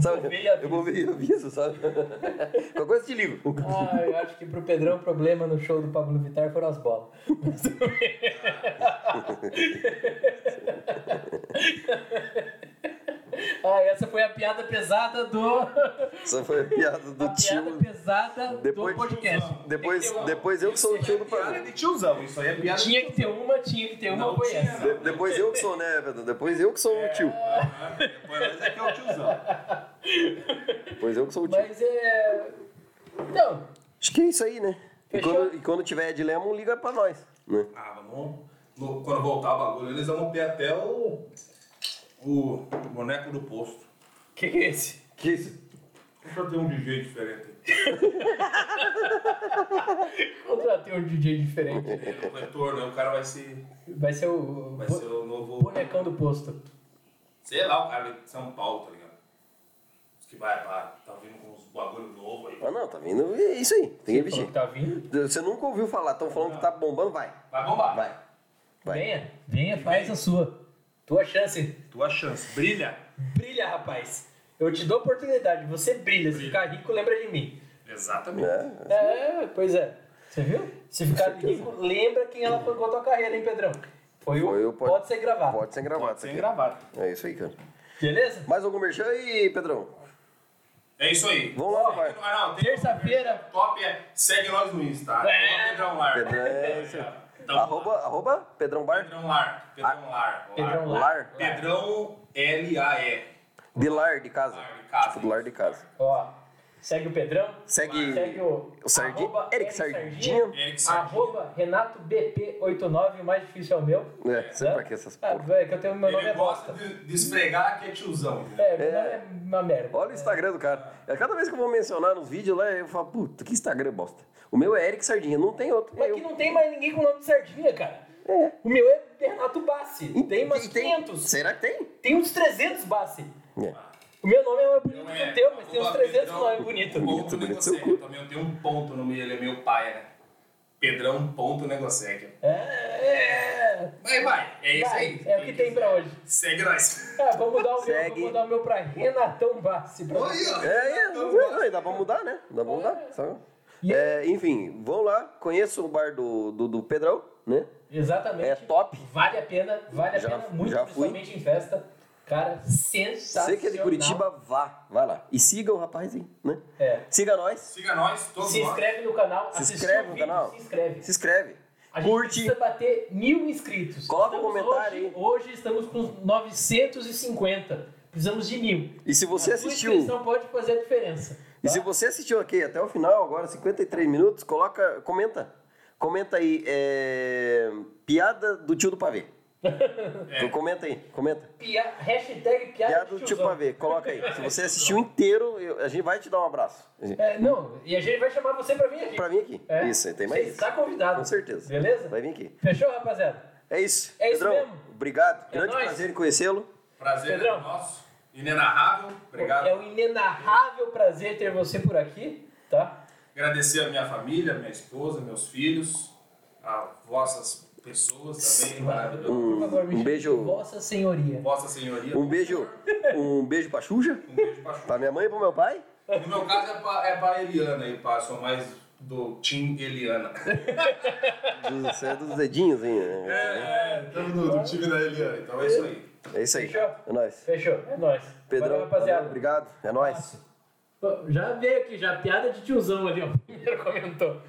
Speaker 3: Sabe?
Speaker 2: Vou ver e aviso.
Speaker 3: Eu vou ver e aviso, sabe? Qualquer coisa eu te ligo.
Speaker 2: ah, eu acho que pro Pedrão o problema no show do Pablo Vittar foram as bolas. Mas tudo bem. ah, essa foi a piada pesada do.
Speaker 3: Essa foi a piada do
Speaker 2: a
Speaker 3: tio.
Speaker 2: piada pesada
Speaker 3: Depois-
Speaker 2: do podcast.
Speaker 3: Depois,
Speaker 2: Tem que ter uma.
Speaker 3: depois eu que sou o tio do
Speaker 1: Piada
Speaker 3: Pablo.
Speaker 1: de tiozão, isso aí é piada.
Speaker 2: Tinha que ter uma, tinha que ter uma,
Speaker 1: Não
Speaker 2: foi
Speaker 1: tinha,
Speaker 2: essa.
Speaker 1: não.
Speaker 3: De- depois eu que sou, né, Pedro? Depois eu que sou o tio.
Speaker 1: Mas é que é o tiozão.
Speaker 3: Depois eu que sou o tio.
Speaker 2: Mas é. Não,
Speaker 3: Acho que é isso aí, né? E
Speaker 2: Fechou?
Speaker 3: quando, e quando tiver dilema, um liga pra nós. Né?
Speaker 1: Ah, vamos. no- quando voltar o bagulho, eles vão ter até o. O boneco do posto.
Speaker 2: que que é esse?
Speaker 3: Que isso?
Speaker 1: Deixa eu ter um DJ diferente.
Speaker 2: Contratei um DJ diferente.
Speaker 1: O retorno, né? o cara vai se.
Speaker 2: Vai ser o.
Speaker 1: Vai ser o novo.
Speaker 2: Bonecão do posto.
Speaker 1: Sei lá, o cara de São Paulo, tá ligado? Os que vai pra. Tá vindo com uns bagulho novo aí.
Speaker 3: Ah, não, tá vindo. É isso aí. Tem que
Speaker 2: Falou
Speaker 3: investir.
Speaker 2: que tá vindo.
Speaker 3: Você nunca ouviu falar, estão falando que tá bombando, vai.
Speaker 1: Vai bombar.
Speaker 3: Vai. Vai.
Speaker 2: Venha, venha, faz a sua. Tua chance.
Speaker 1: Tua chance. Brilha.
Speaker 2: Brilha, rapaz. Eu te dou oportunidade. Você brilha. Se ficar rico, lembra de mim.
Speaker 1: Exatamente.
Speaker 3: É.
Speaker 2: É, pois é. Você viu? Se ficar rico, lembra quem ela foi com a tua carreira, hein, Pedrão? Foi,
Speaker 3: Foi
Speaker 2: o
Speaker 3: o
Speaker 2: Pode,
Speaker 3: Pod-
Speaker 2: Ser Gravado.
Speaker 3: Pode ser gravado.
Speaker 1: Pode
Speaker 3: isso
Speaker 1: ser
Speaker 3: aqui.
Speaker 1: gravado.
Speaker 3: É isso aí, cara.
Speaker 2: Beleza?
Speaker 3: Mais algum merchan aí, Pedrão?
Speaker 1: É isso aí.
Speaker 3: Vamos lá,
Speaker 1: Ó,
Speaker 3: vai.
Speaker 1: ah, não, tem-
Speaker 2: Terça-feira.
Speaker 1: Top é. Segue nós no Insta. arroba
Speaker 2: É.
Speaker 1: Pedrão Lar.
Speaker 3: Pedrão, é isso aí.
Speaker 1: Então,
Speaker 3: Arroba, Ah. arroba Pedrão Bar?
Speaker 1: Pedrão Lar. Pedrão Lar.
Speaker 2: Pedrão Lar.
Speaker 3: Lar?
Speaker 1: Pedrão L-A-E.
Speaker 3: De lar, de casa.
Speaker 1: Lar de casa.
Speaker 3: Tipo, do lar de casa.
Speaker 2: Ó, segue o Pedrão.
Speaker 3: Segue,
Speaker 2: Segue o,
Speaker 3: o Sardinha.
Speaker 2: arroba
Speaker 3: Eric Sardinha.
Speaker 1: Eric Sardinha.
Speaker 2: Arroba Renato BP89, o mais difícil é o meu.
Speaker 3: É, sempre aqui essas
Speaker 2: Ah,
Speaker 3: porra.
Speaker 2: velho, que eu tenho meu nome
Speaker 1: Ele
Speaker 2: é
Speaker 1: gosta
Speaker 2: bosta.
Speaker 1: de, de esfregar que é tiozão.
Speaker 2: É, meu nome é uma merda.
Speaker 3: Olha o Instagram do cara. É, Cada vez que eu vou mencionar nos vídeos lá, eu falo, puta, que Instagram bosta. O meu é Eric Sardinha, não tem outro.
Speaker 2: Mas
Speaker 3: É
Speaker 2: que
Speaker 3: eu.
Speaker 2: não tem mais ninguém com o nome de sardinha, cara. O meu é Renato Bassi. Tem umas
Speaker 3: E
Speaker 2: 500.
Speaker 3: Será que tem?
Speaker 2: Tem uns 300 Bassi.
Speaker 3: É.
Speaker 2: O meu nome é mais bonito que o teu, mas tem uns é
Speaker 1: Arroba
Speaker 2: 300
Speaker 1: Pedrão,
Speaker 2: nomes bonitos.
Speaker 1: Ponto
Speaker 3: Bonito, bonito,
Speaker 1: Negocec.
Speaker 3: seu cu.
Speaker 1: Eu também tenho um ponto no meio, ele é meu pai, né? Pedrão ponto Negocec.
Speaker 2: É, é.
Speaker 1: Vai, vai. É isso
Speaker 2: Vai,
Speaker 1: aí.
Speaker 2: é o que tem pra hoje.
Speaker 1: Segue nós.
Speaker 2: Ah, vou mudar o meu,
Speaker 3: Segue.
Speaker 2: vou mudar o meu pra Renatão Bassi. Pra...
Speaker 1: Oi, ó.
Speaker 3: É, é, é, é, dá pra mudar, né? Dá pra mudar. sabe? É, enfim, vão lá, conheço o bar do, do, do Pedrão, né?
Speaker 2: Exatamente.
Speaker 3: É top.
Speaker 2: Vale a pena, vale a
Speaker 3: Já-
Speaker 2: pena muito,
Speaker 3: já fui.
Speaker 2: principalmente em festa. Cara, Tá sensacional.
Speaker 3: Você que é de Curitiba, vá, vai lá. E siga o rapaz aí, né?
Speaker 2: É.
Speaker 3: Siga nós,
Speaker 1: Siga nós, todos
Speaker 2: Se
Speaker 1: nós.
Speaker 2: inscreve no canal,
Speaker 3: se
Speaker 2: assistiu
Speaker 3: inscreve
Speaker 2: o
Speaker 3: no
Speaker 2: vídeo,
Speaker 3: canal.
Speaker 2: Se inscreve.
Speaker 3: Se inscreve.
Speaker 2: A gente
Speaker 3: Curte.
Speaker 2: precisa bater mil inscritos.
Speaker 3: Coloca um
Speaker 2: Estamos
Speaker 3: comentário
Speaker 2: hoje,
Speaker 3: aí.
Speaker 2: Hoje estamos com 950. Precisamos de mil.
Speaker 3: E se você
Speaker 2: a
Speaker 3: assistiu.
Speaker 2: Sua inscrição pode fazer a diferença.
Speaker 3: E
Speaker 2: tá?
Speaker 3: se você assistiu aqui até o final, agora 53 minutos, coloca, comenta. Comenta aí, é, piada do tio do pavê. Então,
Speaker 1: É.
Speaker 3: Comenta aí, comenta.
Speaker 2: Pia... Hashtag piada,
Speaker 3: Piada
Speaker 2: de
Speaker 3: do Tipo tio
Speaker 2: tiozão.
Speaker 3: pavê, coloca aí. Se você assistiu inteiro, eu- a gente vai te dar um abraço.
Speaker 2: É, não, e a gente vai chamar você pra vir aqui.
Speaker 3: Pra vir aqui.
Speaker 2: É.
Speaker 3: Isso, tem mais
Speaker 2: Você
Speaker 3: isso.
Speaker 2: está convidado.
Speaker 3: Com certeza.
Speaker 2: Beleza?
Speaker 3: Vai vir aqui.
Speaker 2: Fechou, rapaziada?
Speaker 3: É isso.
Speaker 2: É isso
Speaker 3: Pedrão,
Speaker 2: mesmo.
Speaker 3: obrigado.
Speaker 2: É
Speaker 3: Grande
Speaker 2: nóis.
Speaker 3: prazer em conhecê-lo.
Speaker 1: Prazer
Speaker 2: Pedrão.
Speaker 1: é nosso. Inenarrável. Obrigado.
Speaker 2: É um inenarrável prazer ter você por aqui, tá?
Speaker 1: Agradecer a minha família, minha esposa, meus filhos, a vossas pessoas também, maravilhoso.
Speaker 2: Por favor, me
Speaker 3: um
Speaker 2: chame
Speaker 3: beijo.
Speaker 2: de Vossa Senhoria.
Speaker 1: Vossa Senhoria.
Speaker 3: Um beijo, um beijo pra Xuxa,
Speaker 1: Um beijo pra Xuxa.
Speaker 3: pra minha mãe e pro meu pai.
Speaker 1: No meu caso é pra, é pra Eliana aí, pá. Sou mais do Team Eliana.
Speaker 3: Dos, você é dos dedinhos ainda, né?
Speaker 1: É, estamos no do time da Eliana, então é isso aí.
Speaker 3: É isso aí.
Speaker 2: Fechou?
Speaker 3: É nóis.
Speaker 2: Fechou, é nóis.
Speaker 3: Pedrão,
Speaker 2: Valeu, rapaziada.
Speaker 3: valeu, obrigado. É nóis.
Speaker 2: Pô, Já veio aqui, já piada de tiozão ali, ó. O primeiro comentou.